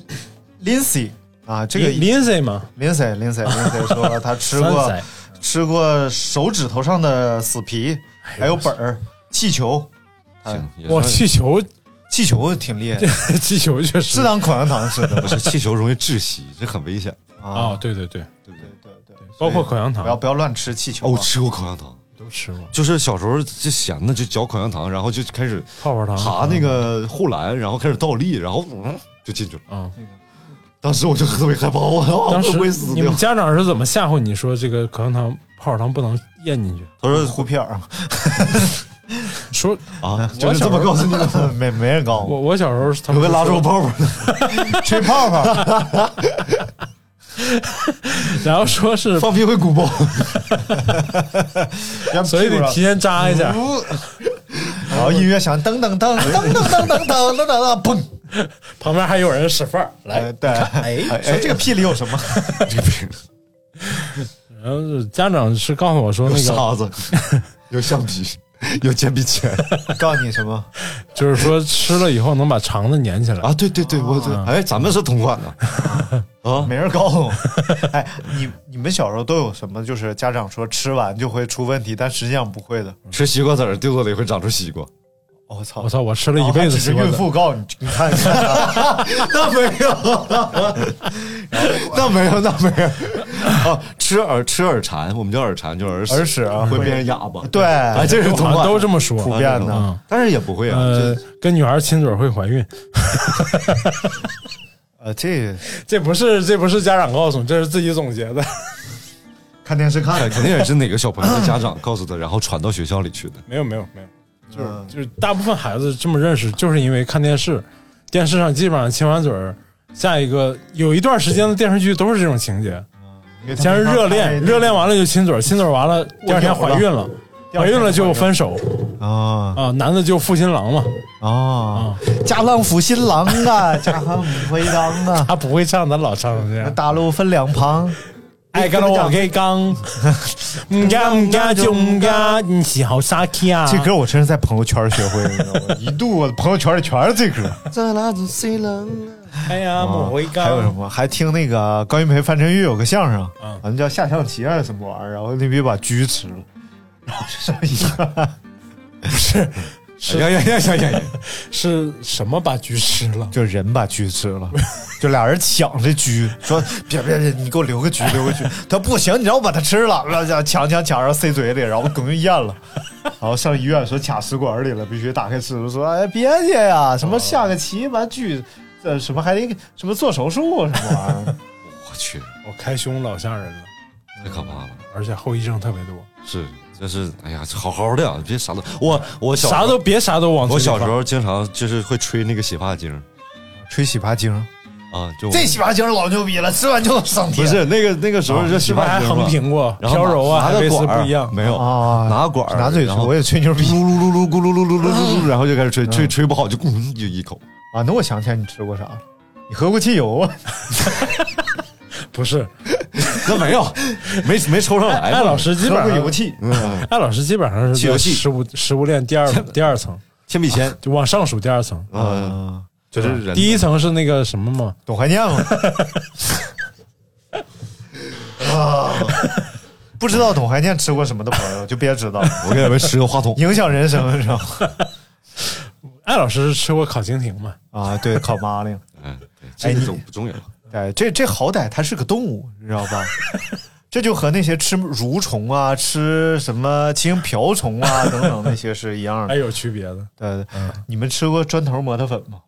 Lindsay 啊，这个 Lindsay 嘛， Lindsay Lindsay Lindsay 说他吃过三仔吃过手指头上的死皮，哎还有本儿、气球，哎行，也哇，算气球， 气球挺厉害的，气球确实是当口香糖吃 的不是气球容易窒息，这很危险。啊，啊，对对对，对对对对，包括口香不要糖不要乱吃气球 啊，哦，我吃过口香糖，都吃过，就是小时候就闲的就嚼口香糖，然后就开始泡泡糖爬那个护栏，然后开始倒立，然后啊嗯就进去了。啊。当时我就特别害怕，我操当会时不会死你掉们？家长是怎么吓唬你说这个口香糖、泡泡糖不能咽进去？他说胡片儿说 啊，就是这么告诉你 的，没没人告诉我，我我小时候他有们个拉说住泡泡的，吹泡泡， 然后说是，放屁会鼓包。所以得啊提前扎一 下。嗯然后音乐响，噔噔哎噔噔噔噔噔噔噔噔，砰！旁边还有人使范儿来哎，，对，哎哎，这个屁里有什 么？然后是家长是告诉我说有那个沙子，有橡皮，有铅笔钳告诉你什么？就是说吃了以后能把肠子粘起来啊！对对对，我这哎，咱们是同款的啊 没人告 诉我。哎，你你们小时候都有什么？就是家长说吃完就会出问题，但实际上不会的。吃西瓜籽儿，肚子里会长出西瓜。我、操！哦我操，我吃了一辈哦然后还只子是西瓜孕籽，妇告诉你，你看， 那没有，那没有，那没有。 啊，吃耳吃耳蝉，我们叫耳蝉，就是耳屎耳屎啊会变哑巴。对哎，这是同好像款，都这么说。普遍的嗯但是也不会啊。呃，跟女孩亲嘴会怀孕，呃，这这不是这不是家长告诉你，这是自己总结的。 看电视看这的， 肯定也是哪个小朋友的家长告诉他，然后传到学校里去的。没有没有没有，就是就是大部分孩子这么认识，就是因为看电视，电视上基本上亲完嘴儿，下一个有一段时间的电视剧都是这种情节，先是热恋，热恋完了就亲嘴儿，亲嘴儿完了第二天怀孕了，第二怀天孕了就分手啊啊，男的就负新郎嘛，嗯啊！家浪抚新郎啊，家行不回当啊。他不会唱，咱老唱成这样。大路分两啊旁，爱干了哎我给刚， 唔干唔干就唔干，你是好傻气啊！这歌我真是在朋友圈学会的，你知道吗？一度我的朋友圈里全是这 歌。哎呀，我会干。还啊有什？么？还听那个高云培、范振钰有个相声，嗯好像叫下象棋还是什么玩意儿，然后那逼把车吃了，然后就剩一个，是呀呀呀呀呀呀！是什么把局吃了？就人把车吃了， 就俩人抢这车，说别别别，你给我留个车，留个车。他不行，你让我把它吃了，然后就抢抢抢，然后塞嘴里，然后梗就咽了。然后上医院说卡食管里了，必须打开吃了。说哎别介呀，什么下个棋完锯，这什么还得什么做手术什么玩意儿。我去，我开胸老吓人了，太可怕了。而且后遗症特别多，是，就是哎呀，好好的呀，别啥都我我小时候啥都别啥都往嘴我里小时放候经常就是会吹那个洗发精吹洗发精，啊，就我这洗发精老牛逼了，吃完就能上天。不是那个那个时候就洗你们发还精横嘛，平过，然后飘柔啊，拿海拿飞个丝管儿不一样。没有啊拿管儿拿嘴吹，然后我也啊嗯吹牛逼噜噜噜噜咕噜噜噜噜噜噜，然后就开始吹，吹吹不好就咕就一口。啊！那我想起来你吃过啥了，你喝过汽油啊？不是，那没有，没没抽上来。艾哎老，师基喝本过油上，气，嗯，艾老师基本上起是油在气食物食物链第 二第二层，铅笔 铅，就往上数第二层。嗯，嗯，就是人第一层是那个什么嘛？ 董怀念嘛。啊，不知道董怀念吃过什么的 朋友就别知道，，我给你们十个话筒 影响人生，你知道吗？艾哎老师吃过烤蜻蜓吗？啊，对，烤麻令，嗯，对，这个重不重要？哎，这这好歹它是个动物，你知道 吧？这就和那些吃蠕虫啊、吃什么青瓢虫 啊等等那些是一样还的。哎有区别的，对，嗯你们吃过砖头磨的粉吗？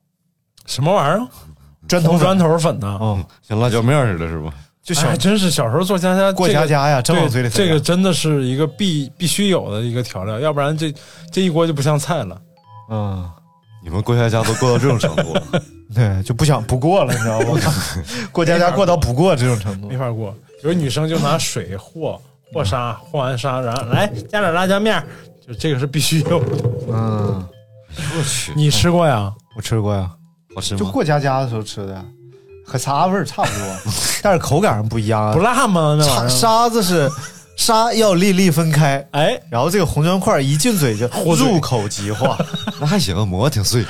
什么玩意儿？砖头红粉嗯砖头粉啊呢？哦， 像辣椒面似的，是吧？就哎小还真是小时候做家家过这个家家呀，真往嘴里对，塞这呀个真的是一个必必须有的一个调料，要不然这这一锅就不像菜了。嗯，你们过家家都过到这种程度了，对，就不想不过了，你知道吗？ 过家家过到不过这种程度没，法过。有女生就拿水和和沙，和完沙，然后来加点辣椒面儿，就这个是必须有的。嗯，我去，你吃过呀？我吃过呀，好吃就吗？过家家的时候吃的，和啥味儿差不多， 但是口感上不一样啊不。辣吗？那沙玩意儿？沙子是沙要粒粒分开，哎，然后这个红砖块一进嘴就嘴入口即化。那还行，馍挺碎，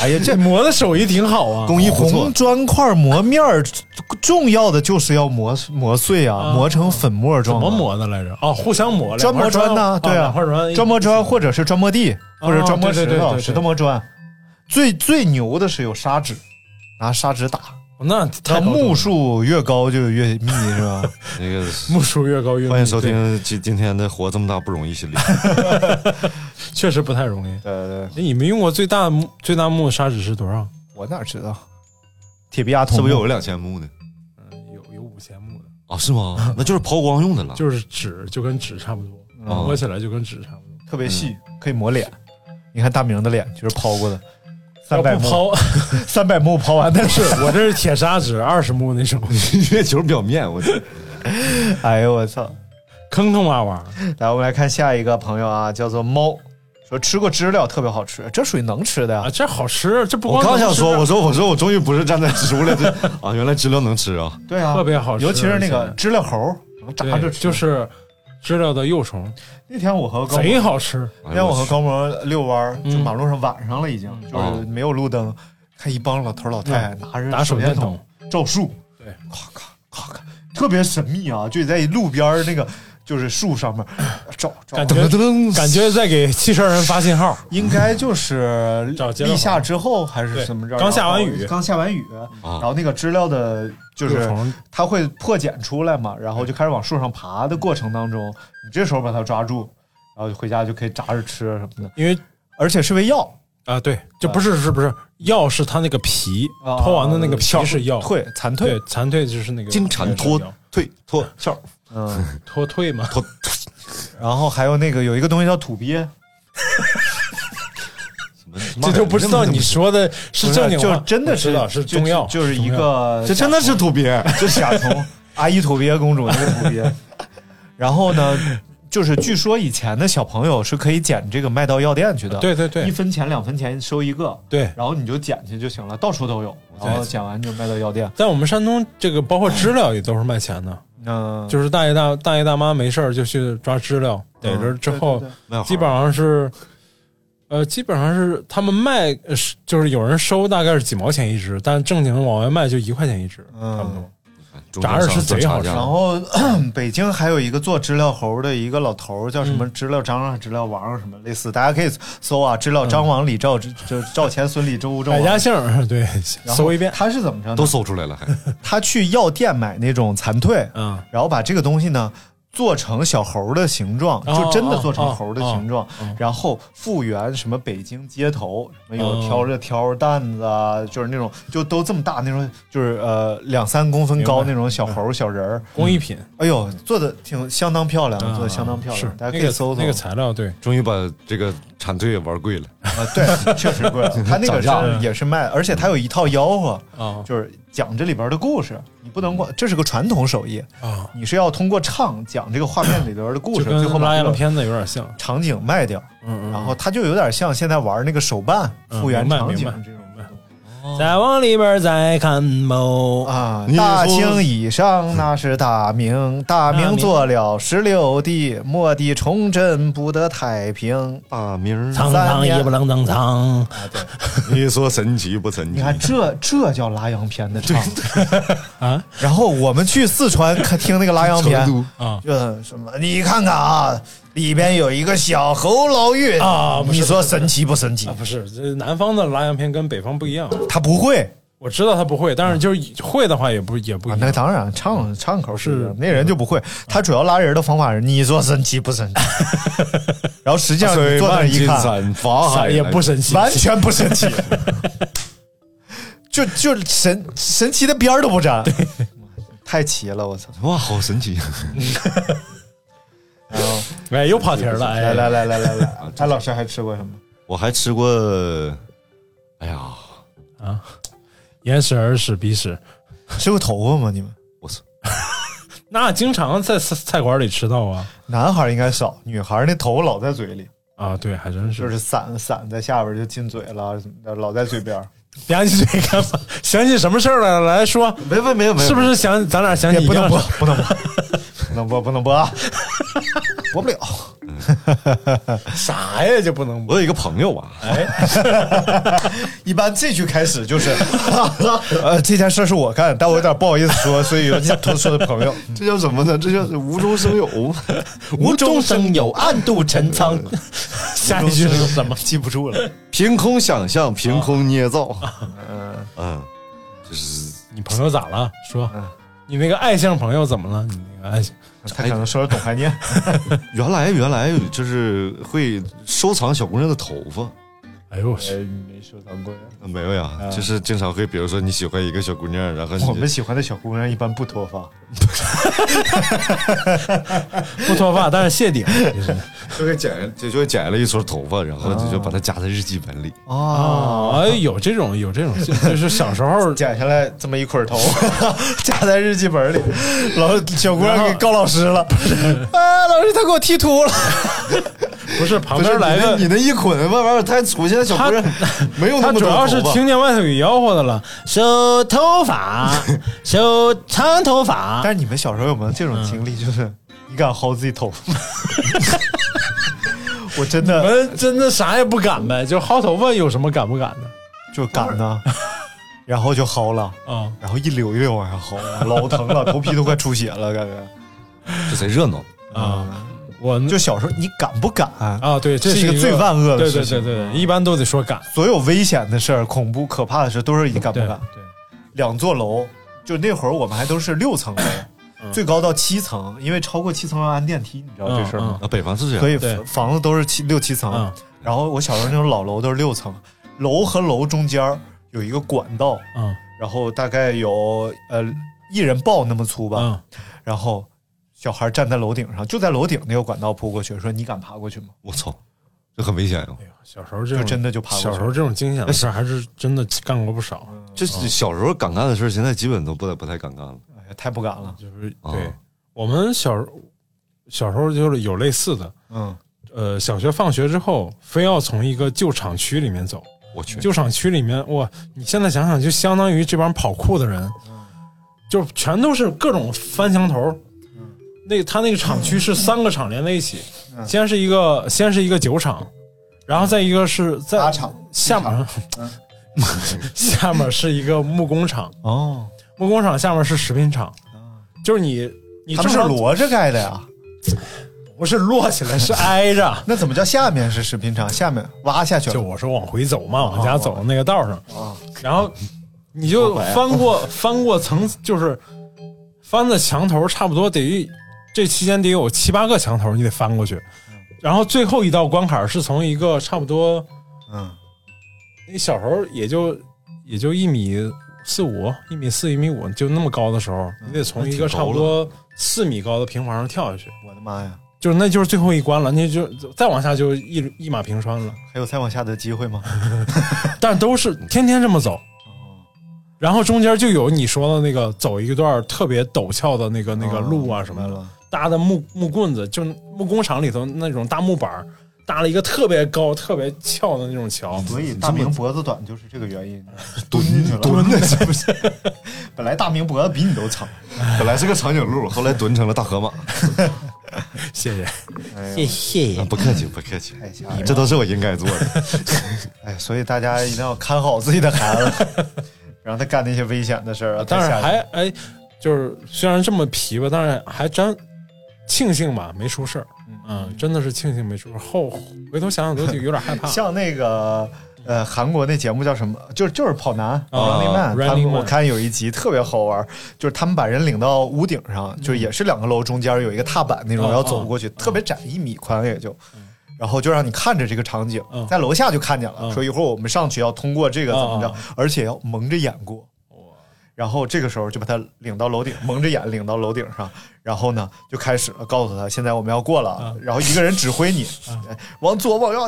哎呀，这这磨的手艺挺好啊。工艺不错红。砖块磨面儿，重要的就是要磨磨碎啊，啊磨成粉末怎状。啊么？磨的来着？哦，互相磨。砖磨砖呢？对啊块，砖，砖磨砖或者是砖磨地，或者砖磨石对对对对头，对石头磨砖。最最牛的是有砂纸，拿砂纸打，那它太高端目数越高就越密，是吧？那个，目数越高越密欢迎收对听今今天的活这么大不容易系列。确实不太容易。对对对，哎你们用过最大目最大目砂纸是多少？呃我哪知道？铁臂阿童是不是有两千目呢？嗯，有有五千目的，啊，是吗？ 那就是抛光用的了。就是纸就跟纸差不多，哦摸起来就跟纸差不多。特别细，可以磨脸。你看大明的脸就是抛过的，三百要不目，抛，三百目抛完的 是我这是铁砂纸二十目那 种， 月球表面，我去，哎呦我操！坑坑洼洼。来，我们来看下一个朋友啊，叫做猫，说吃过知了特别好吃，这属于能吃的呀啊，。这好吃，这不我刚光想能吃说，我说我说我终于不是站在植物了，这啊，原来知了能吃啊！对啊，特别好吃尤其是那而个且知了猴，能炸对着吃。就是知了的幼虫，那天我和高贼萌，好吃。哎那呦天我和去高萌遛弯儿，就嗯马路上晚上了已经，就是没有路灯，看一帮老头老太太拿着拿嗯手嗯电电筒照树，对，咔咔咔咔，特别神秘啊，就在路边儿那个就是树上面照照感。觉感觉在给汽车人发信号，应该就是 找接立龙夏之后还是对怎么着？刚下完然后雨嗯刚下完雨，然啊后那个知了的， 就幼是虫它会破茧出来嘛，然后就开始往树上爬的过程当中，你这时候把它抓住，然后回家就可以炸着吃啊什么的，因为而且是味药，啊，对，就不是是不是药是它那个皮啊脱完的那个皮是药，退残退对，，蝉蜕就是那个金蝉脱退脱壳，嗯，脱 蜕嘛，然后还有那个有一个东西叫土鳖，什么这就不知道你说的是正经就话，真的是我知道是就中药，就是一中药个这真的是土鳖，就是甲虫， 阿依土鳖公主那个土鳖。 然后呢，就是据说以前的小朋友是可以捡这个卖到药店去的，对对一对分钱两分钱收一个，对。然后你就捡去就行了，到处都有。然后捡完就卖到药店。在我们山东，这个包括知了也都是卖钱的，嗯，就是大爷大大爷大妈没事儿就去抓知了，逮着之后基本上是，呃，基本上是他们卖，呃是就是有人收大概是几毛钱一只，但正经往外卖就一块钱一只，嗯差不多。炸着是贼好吃然后嗯 北京还有一个做知了猴的一个老头儿，叫什嗯么知了张啊、知了王啊什么类似，大家可以搜啊，知了张王李赵，就赵钱孙李周吴郑百王。家姓儿 对，然后搜一遍，他是怎么着呢？都搜出来了，还他去药店买那种蚕蜕，嗯，然后把这个东西呢做成小猴的形状，哦就真的做成猴的形状，哦哦然后复原什么北京街头，什么有挑着挑担子啊，就是那种就都这么大那种，就是呃两三公分高明白那嗯种小猴小人儿。工艺品，哎呦，做的挺相当漂亮，啊嗯做的相当漂是亮，大家那可以个搜搜。那个材料，对，终于把这个蝉蜕也玩贵了。啊，对，确实 贵。他那个涨价了是也是卖，而且他有一套吆喝，啊就是讲这里边的故事。你不能光，这是个传统手艺，啊，你是要通过唱讲这个画面里边的故就事，最跟后拉把这洋个片子有点像，场景卖掉。嗯嗯，然后它就有点像现在玩那个手办复原明白场景明白这种。再往里边再看不。啊你，大说清以上那是大明，大大明明做了十六帝，末帝崇祯不得太平。啊大名儿苍苍也不啷当苍，你说神奇不神奇你？看这这叫拉洋片的唱啊！然后我们去四川看听那个拉洋片成啊就什么你看看啊，里边有一个小猴捞月啊不是你说神奇不神奇啊，？不是，这南方的拉洋片跟北方不一样。他不会我知道他不会，但是就是会的话也不也不啊一，那样。当然唱唱口是是那人就不会，他主要拉人的方法是你说神奇不神 奇？然后实际上你水坐那儿漫一金看，啊山，法海也来不神奇，完全不 神奇，就就神神奇的边儿都不沾，太奇了，我操！哇，好神奇！啊哎，又跑题儿了，哎，来来来来来来，哎，老师还吃过什么？我还吃过，哎呀，眼屎耳屎鼻屎，吃过头发吗？你们那经常在菜菜馆里吃到啊男孩儿应该少，女孩儿那头发老在嘴里，啊，对，还真，就是是散散在下边儿就进嘴了，怎么的，老在嘴边儿，想起这干嘛？ 想起什么事儿了？来说，没没没有没是不是想咱俩想也起不能播播，不能播，不能播，不能播啊，播不了。啥呀？就不能播。我有一个朋友啊， 一般这句开始就是，呃，这件事是我干，但我有点不好意思说，所以有点偷说的朋友。这叫什么呢？这叫无中 生有。无中生有，暗度陈仓。 下一句是什么？记不住了，凭空想象，凭空捏造。嗯，你朋友咋了？说，你那个爱相朋友怎么了？你那个爱相他可能说是董怀念，原来原来就是会收藏小姑娘的头发。哎呦我去！没收藏过。没有呀，就是经常会，比如说你喜欢一个小姑娘，然后你我们喜欢的小姑娘一般不脱发，不脱发，但是谢顶。 就是就会剪，就就会剪了一撮头发，然后你就把它夹在日记本里。啊，哎有这种有这种，就是小时 候剪下来这么一捆头，夹在日记本里。老小姑娘给告老师了，哎啊，老师他给我剃秃 了。不是旁不是边来个你那你那一捆，慢慢太粗，现在小姑娘没有那他么主多要是头发听见外头有吆喝的了，修头发，修长头发。但是你们小时候有没有这种经嗯历？就是你敢薅自己头发吗？ 我真我的们真的啥也不敢呗，就薅头发有什么敢不敢的就敢呢，然后就薅了，啊？然后一绺一绺往下薅，老疼了，头皮都快出血了，感觉。这贼热闹。啊，我就小时候，你敢不敢？啊，对，这是一一个最万恶的事情对对对对对，一般都得说敢，所有危险的事儿、恐怖、可怕的事，都是你敢不对敢。两座楼，就那会儿我们还都是六层楼，嗯最高到七层，因为超过七层要按电梯，你知道这事儿吗？嗯啊，北方是这样，所以对房子都是七六七层。嗯然后我小时候那种老楼都是六层，楼和楼中间儿有一个管道，嗯然后大概有呃一人抱那么粗吧。嗯，然后小孩站在楼顶上，就在楼顶那个管道扑过去，说：“你敢爬过去吗我操，这很危险啊呀！小时候这种就真的就爬过去小时候这种惊险的事儿还是真的干过不少，嗯这小时候敢干的事儿，现在基本都不太不太敢干了。？”哎呀，太不敢了。就是哦啊对我们小小时候就是有类似的，嗯，呃，小学放学之后，非要从一个旧厂区里面走。我去，旧厂区里面，哇，你现在想想，就相当于这帮跑酷的人，嗯就全都是各种翻墙头。嗯那他那个厂区是三个厂连在一起，先是一个先是一个酒厂，然后再一个是在打厂下面，嗯 下面是一个木工厂，哦，木工厂下面是食品厂，就是你你啊他们正是常摞着盖的呀。不是摞起来，是挨着。 那怎么叫下面是食品厂？下面挖下去就我说往回走嘛，往家哦走那个道上，然后你就翻过翻过层，就是翻的墙头，差不多得这期间得有七八个墙头，你得翻过去。然后最后一道关卡是从一个差不多，嗯，你小时候也就也就一米四五、一米四、一米五就那么高的时候，你得从一个差不多四米高的平房上跳下去，我的妈呀！就是那就是最后一关了，那就再往下就一一马平川了。还有再往下的机会吗？但都是天天这么走。然后中间就有你说的那个走一段特别陡峭的那个那个路啊什么的，了，搭的木木棍子，就木工厂里头那种大木板儿搭了一个特别高、特别翘的那种桥，所以大明脖子短就是这个原因， 蹲进去了，蹲的是不是？ 本来大明脖子比你都 长，本来是个长颈鹿，后来蹲成了大河马。谢谢。谢谢谢啊，不客气，不客气太哎吓人，这都是我应该做的。哎，所以大家一定要看好自己的孩 子，让他干那些危险的事儿啊。但是太吓人还哎，就是虽然这么皮吧，但是还真庆幸吧，没出事儿。嗯，真的是庆幸没出事儿。后回头想想都就有点害怕。像那个呃韩国那节目叫什么？就是就是跑男啊 Running Man，他们 Running Man 我看有一集特别好玩，就是他们把人领到屋顶上，就是也是两个楼中间有一个踏板那种，嗯要走过去，特别窄，一米宽也就。然后就让你看着这个场景嗯，在楼下就看见了，嗯说一会儿我们上去要通过这个怎么嗯着嗯，而且要蒙着眼过。然后这个时候就把他领到楼顶，蒙着眼领到楼顶上，然后呢就开始了告诉他，现在我们要过了啊，然后一个人指挥你，啊哎往左往右，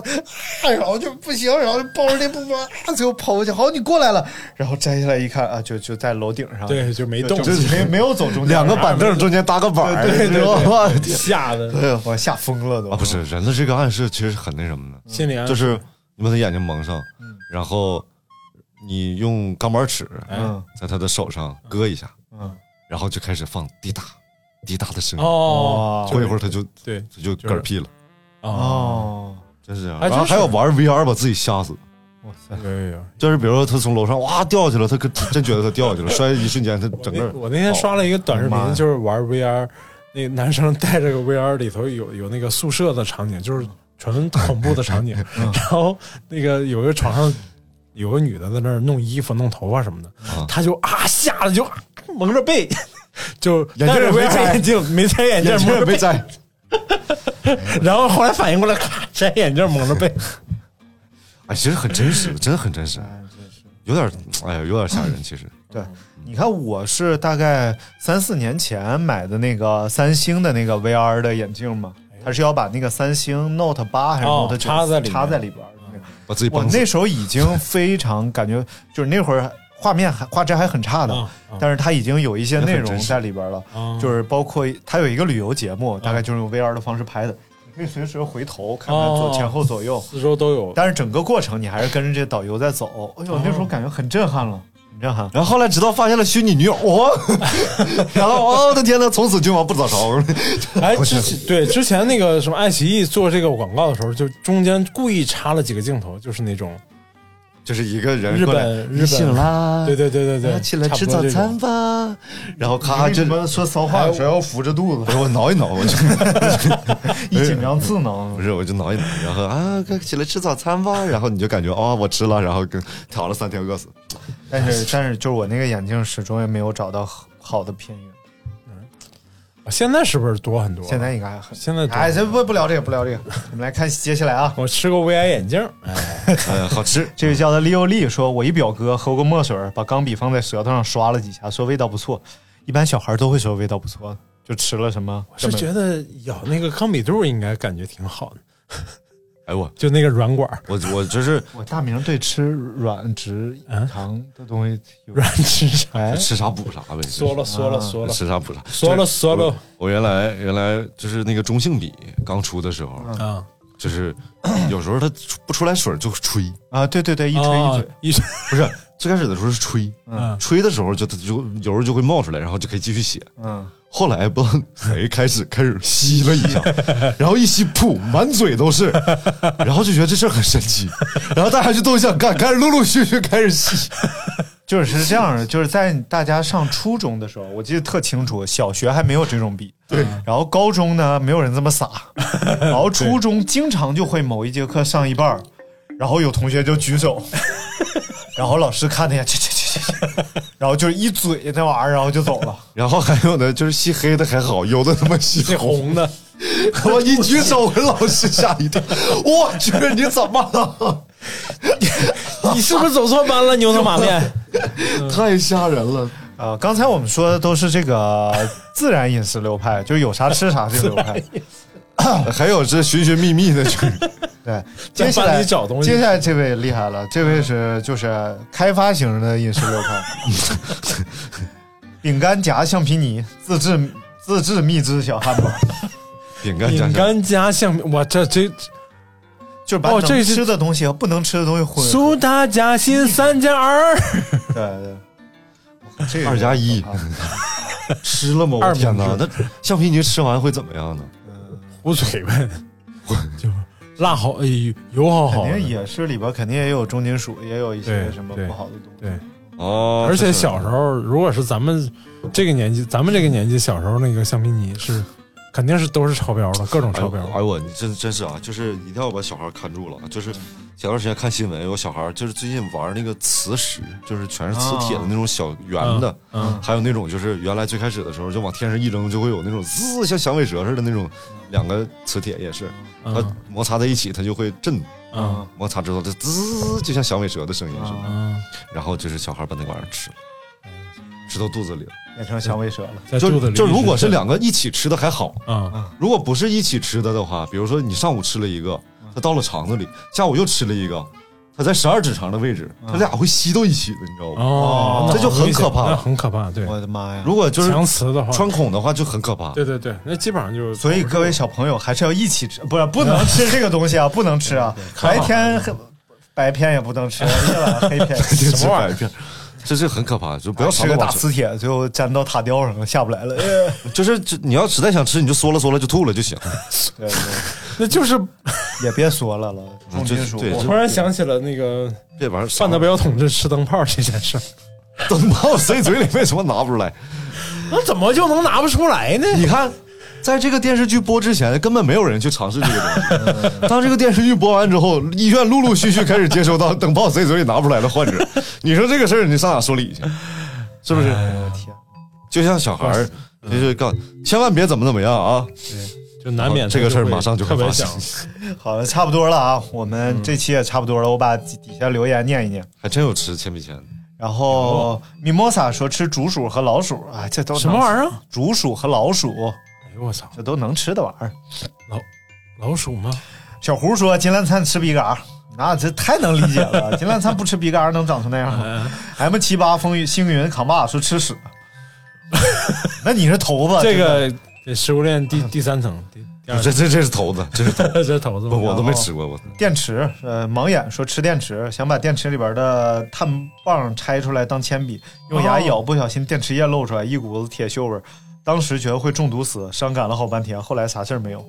哎，然后就不行，然后就抱着那步吧，啊最后跑过去，好，你过来了，然后摘下来一看啊，就就在楼顶上，对，就没就，动就，就没没有走中间，啊两个板凳中间搭个板儿，对对对我的天吓得哎呦，我吓疯了都啊，不是人的这个暗示其实很那什么的，心里安就是你把他眼睛蒙上，然后你用钢板尺嗯在他的手上割一下，嗯，然后就开始放滴答滴答的声音，哦，过一会儿他就对他就嗝屁了，哦，哦，真是这样。哎然后真是还有玩 VR 把自己吓死，哇塞，有有有。就是比如说他从楼上哇掉下去了，他可真觉得他掉下去 了，摔一瞬间他我整个哦那人我那天刷了一个短视妈呀频，就是玩 VR，那男生带着个 VR 里头有有那个宿舍的场景，就是纯恐怖的场 景。嗯然后那个有一个床上有个女的在那儿弄衣服、弄头发什么的，嗯他就啊吓得就啊蒙着背，就眼镜戴着也没 VR 摘眼镜没摘眼镜眼，蒙镜 着没背。摘，然后后来反应过来，咔摘眼镜蒙着背。哎，其实很真实，真的很真实，有点哎呀，有点吓人，其实。对，你看我是大概三四年前买的那个三星的那个 VR 的眼镜嘛，它是要把那个三星 Note 八还是哎哦 Note 九、插在里面嗯插在里边儿的那个。把自己我绷死那时候已经非常感觉，就是那会儿画面还画质还很差的，啊啊但是它已经有一些内容在里边了，啊就是包括它有一个旅游节目，大概就是嗯用 VR 的方式拍的，你可以随时回头看看左哦前后左右，四周都有，但是整个过程你还是跟着这导游在走。哎呦，那时哦候感觉很震撼了，很震撼。然后后来直到发现了虚拟女友， 我、然后哦我、的天呐，从此君王不早朝。哎，之前对之前那个什么爱奇艺做这个广告的时候，就中间故意插了几个镜头，就是那种就是一个人日过来，本日本，啦对对对对对，起来差不吃多早这种餐。吧。然后你咔，为这什么说骚 话的时候要扶着肚不子，哎是我挠一挠，我就一紧张自不能。是我就挠一挠，然后啊，快起来吃早餐吧。然后你就感觉哦，我吃了，然后跟挑了三天饿死。但是但是就是我那个眼镜始终也没有找到好好的片源，现在是不是多很多？啊现在应该还很。现在多哎，这不不聊这个，不聊这个，我们来看接下来啊。我吃过 VR 眼镜，嗯，好吃。这位叫他利欧利说，我一表哥喝过墨水，把钢笔放在舌头上刷了几下，说味道不错。一般小孩都会说味道不错，就吃了什么？我是觉得咬那个康比度应该感觉挺好的，哎我就那个软管儿我我就是我大明对吃软质嗯糖的东西有软吃啥，哎，吃啥补啥呗，缩了缩了啊缩了吃啥补啥，缩了缩了我。我原来原来就是那个中性笔刚出的时候，啊就是有时候它出不出来水儿就吹，啊，对对对，一一吹一嘴，啊一吹不是最开始的时候是吹，嗯吹的时候就它就有时候就会冒出来，然后就可以继续写。嗯，后来不知道谁开始开始吸了一下，然后一吸，噗，满嘴都是，然后就觉得这事儿很神奇，然后大家就都想干，开始陆陆续续开始吸。就是是这样的，就是在大家上初中的时候，我记得特清楚，小学还没有这种笔，对。然后高中呢，没有人这么撒，然后初中经常就会某一节课上一半儿，然后有同学就举手，然后老师看他一眼，去去去去去，然后就是一嘴那玩意儿，然后就走了。然后还有呢，就是吸黑的还好，有的他妈吸那红， 红的， 我一举手给老师吓一跳，我去，你怎么了？你是不是走错班了？牛头马 面，太吓人了。呃，刚才我们说的都是这个自然饮食流派，就是有啥吃啥这个流派。 还有这寻寻觅觅的，就是 对，在接下班来里找东西接下来这位厉害了，这位是就是开发型的饮食流派， 饼干夹橡皮泥，自制自制蜜汁小汉堡。饼干加饼上干加橡皮，哇，这这就是把哦这能是吃的东西和不能吃的东西混。苏打夹心三加二， 对对，这个二加一，吃了吗？我二天哪明，那橡皮泥吃完会怎么样呢？糊嘴呗，就辣好，哎呦，油好肯好的，定也是里边肯定也有重金属，也有一些对什么对不好的东西。对。哦，而且这是小时候，如果是咱们这个年纪，咱们这个年纪小时候那个橡皮泥是肯定是都是超标的，各种哎超呦标。哎呦我，你真真是啊，就是一定要把小孩看住了啊。就是前段时间看新闻，有小孩就是最近玩那个磁石，就是全是磁铁的那种小圆的，嗯，还有那种就是原来最开始的时候就往天上一扔，就会有那种滋像响尾蛇似的那种，两个磁铁也是，它嗯摩擦在一起它就会震，嗯摩擦之后它滋就像响尾蛇的声音似的。嗯，然后就是小孩把那玩意儿吃了，吃到肚子里了。变成响尾蛇了。在哎肚子就里就如果是一直两个一起吃的还好，震嗯如果不是一起吃的的话，比如说你上午吃了一个，啊它到了肠子里，下午又吃了一个，它在十二指肠的位置，它俩会吸到一起的，你知道吗？啊哦，这那就很危很可险怕那很可怕，对，我的妈呀！如果就是强磁的话，穿孔的话就很 可怕。对对对，那基本上就是。所以各位小朋友还是要一起吃，不是不能吃这个东西啊，不能吃啊！白天白片也不能吃，夜晚黑片什么玩意儿？这是很可怕，就不要吃尝个哎大到磁铁，最后粘到塔吊上了，下不来了。哎就是就你要实在想吃，你就缩了缩了就吐了就行。对对那就是也别说了了，重金属。对我突然想起了那个这玩意儿啥范德 彪同志吃灯泡这件事儿，灯泡塞嘴里为什么拿不出来？那怎么就能拿不出来呢？你看，在这个电视剧播之前，根本没有人去尝试这个东西。当这个电视剧播完之后，医院陆陆续续开始接收到等泡塞嘴里拿不出来的患者。你说这个事儿，你上哪说理去？是不是？哎天就像小孩儿，就是告诉你千万别怎么怎么样啊！就难免哦这个事儿马上就特会别发想生，好了，差不多了啊，我们这期也差不多了，我把底下留言念一念。还真有吃铅笔钱的。然后米莫萨说吃竹鼠和老鼠啊，这都什么玩意意儿啊？儿？竹鼠和老鼠，哎呦我操，这都能吃的玩意儿。老鼠吗？小胡说金兰灿吃笔杆儿，那、这太能理解 了。金兰灿不吃笔杆儿能长成那样吗？M 呃七八风雨星云扛把说吃屎，那你是头啊发 这个这食物链嗯第第三层，第第二这这这是头子，这是 头子，层这头子吗我我都没吃过，我电池，呃，盲眼说吃电池，想把电池里边的碳棒拆出来当铅笔，用哦牙咬，不小心电池液露出来，一股子铁锈味儿。当时觉得会中毒死，伤感了好半天，后来啥事儿没有。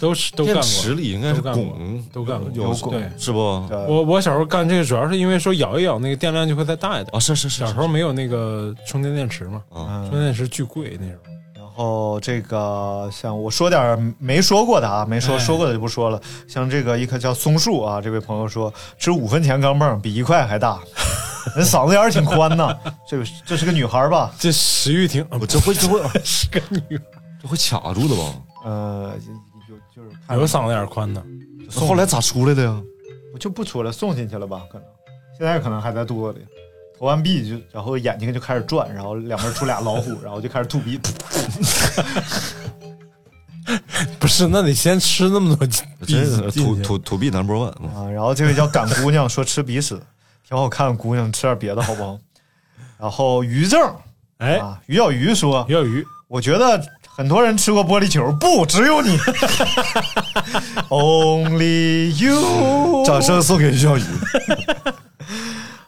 都是都干电过。池里应该是都干过汞，都干过有有汞对是不？呃我我小时候干这个，主要是因为说咬一咬那个电量就会再大一点。啊，是是是，小时候没有那个充电电池嘛，啊，嗯充电电池巨贵那时候。然后这个像我说点儿没说过的啊，没说哎说过的就不说了。像这个一棵叫松树啊，这位朋友说吃五分钱钢镚比一块还大， 人嗓子眼儿挺宽呐。这个这是个女孩儿吧？这食欲挺，啊我这 会这会不是个女，这会卡住的吧？呃，有就是看有嗓子眼儿宽的，那后来咋出来的呀？我就不说了，送进去了吧？可能现在可能还在肚子里。投完币就，然后眼睛就开始转，然后两边出俩老虎，然后就开始吐鼻。不是？那得先吃那么多真是进土进去土土币 number one 嗯嘛。啊，然后这位叫赶姑娘说吃鼻屎，挺好看，姑娘吃点别的好不好？然后于正哎，啊，于小鱼说鱼，小鱼，我觉得很多人吃过玻璃球，不，只有你 ，Only you。 掌声送给于小鱼，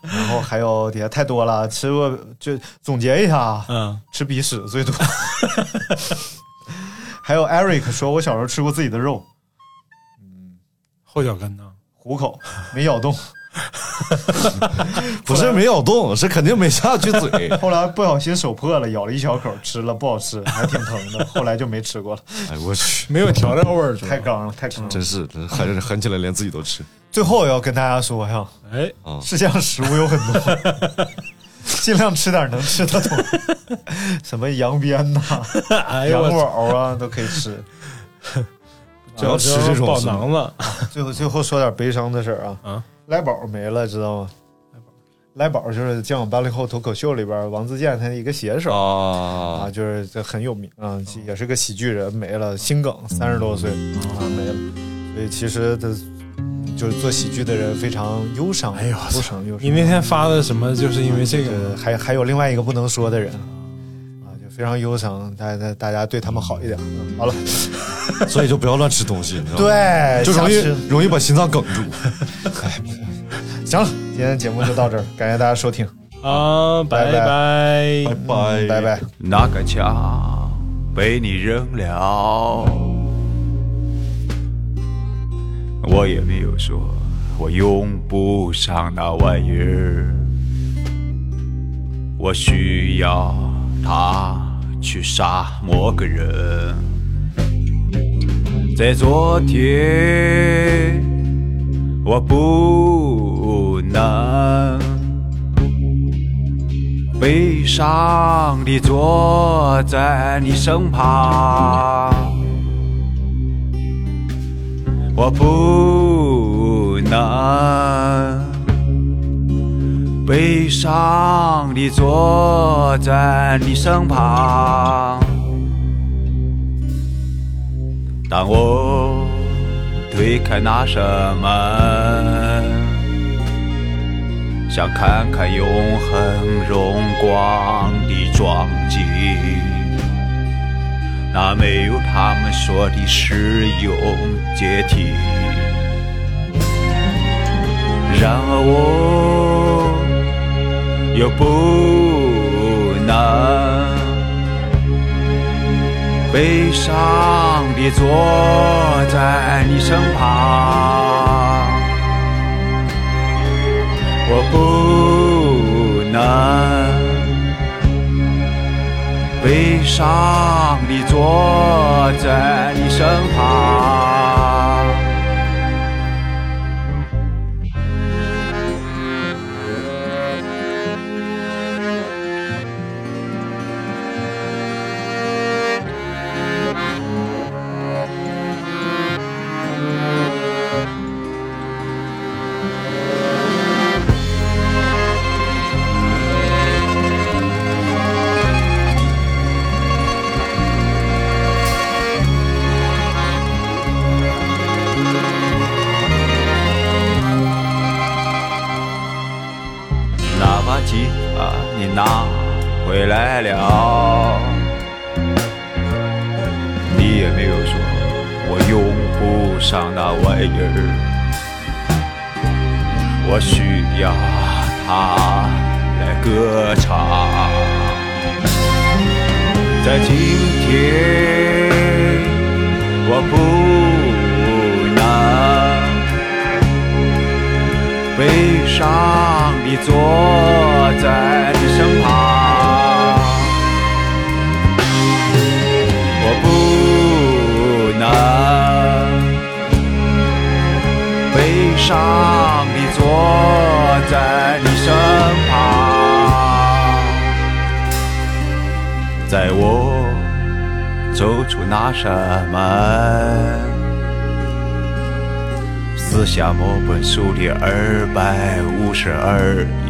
然后还有底下太多了，吃过就总结一下啊，嗯，吃鼻屎最多。 还有 Eric 说，我小时候吃过自己的肉，后脚跟呢？虎口没咬动，不是没咬动，是肯定没下去嘴。后来不小心手破了，咬了一小口，吃了不好吃，还挺疼的，后来就没吃过 了，哎，我去，没有调料味儿，主要太刚了，太刚了。啊真是这狠狠起来，连自己都吃。最后要跟大家说呀，哎，啊世界上食物有很多， 尽量吃点能吃的东西，什么羊鞭呐、哎呦羊我骨操，藕啊都可以吃。只要吃这种饱是吗囊子，最后最后说点悲伤的事儿啊，啊赖宝没了，知道吗？赖宝就是《将我八零后脱口秀》里边王自健他的一个写手啊，哦啊，就是这很有名啊，也是个喜剧人，没了，心梗，三十多岁嗯啊没了，所以其实他就是做喜剧的人非常忧伤，哎呦我操忧伤忧伤。你那天发的什么？就是因为这个呃，还还有另外一个不能说的人啊，就非常忧伤，大家大家对他们好一点。嗯好了，所以就不要乱吃东西，你知道吗？对，就容想吃易容易把心脏梗住。行了，今天节目就到这儿，感谢大家收听，啊，拜拜拜拜拜拜拜。那个家被你扔了，我也没有说我用不上那玩意儿，我需要它去杀某个人。在昨天，我不能。悲伤地坐在你身旁，我不能悲伤地坐在你身旁。当我推开那扇门。想看看永恒荣光的壮景，那没有他们说的石勇阶梯。然而我又不能悲伤地坐在你身旁。我不能悲伤地坐在你身旁。那把吉他你拿回来了，你也没有说我用不上那玩意儿，我需要它来歌唱。在今天，我不能悲伤地坐在你身旁，我不能悲伤地坐在你身旁，在我走出那扇门。撕下某本书的二百五十二页，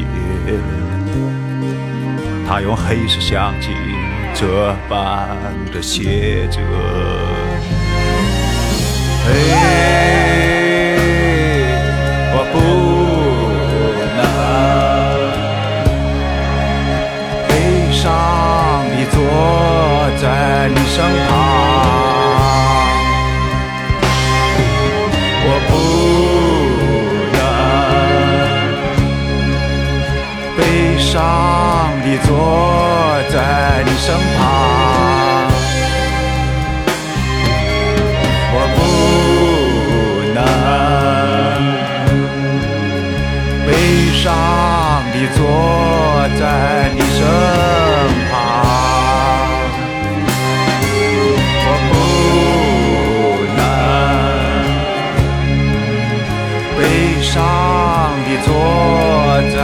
他用黑色相机这般的写着。嘿，我不能悲伤地坐在你身旁。我不能悲伤地坐在你身旁，我不能悲伤地坐在你身旁，我不能。悲伤地坐在。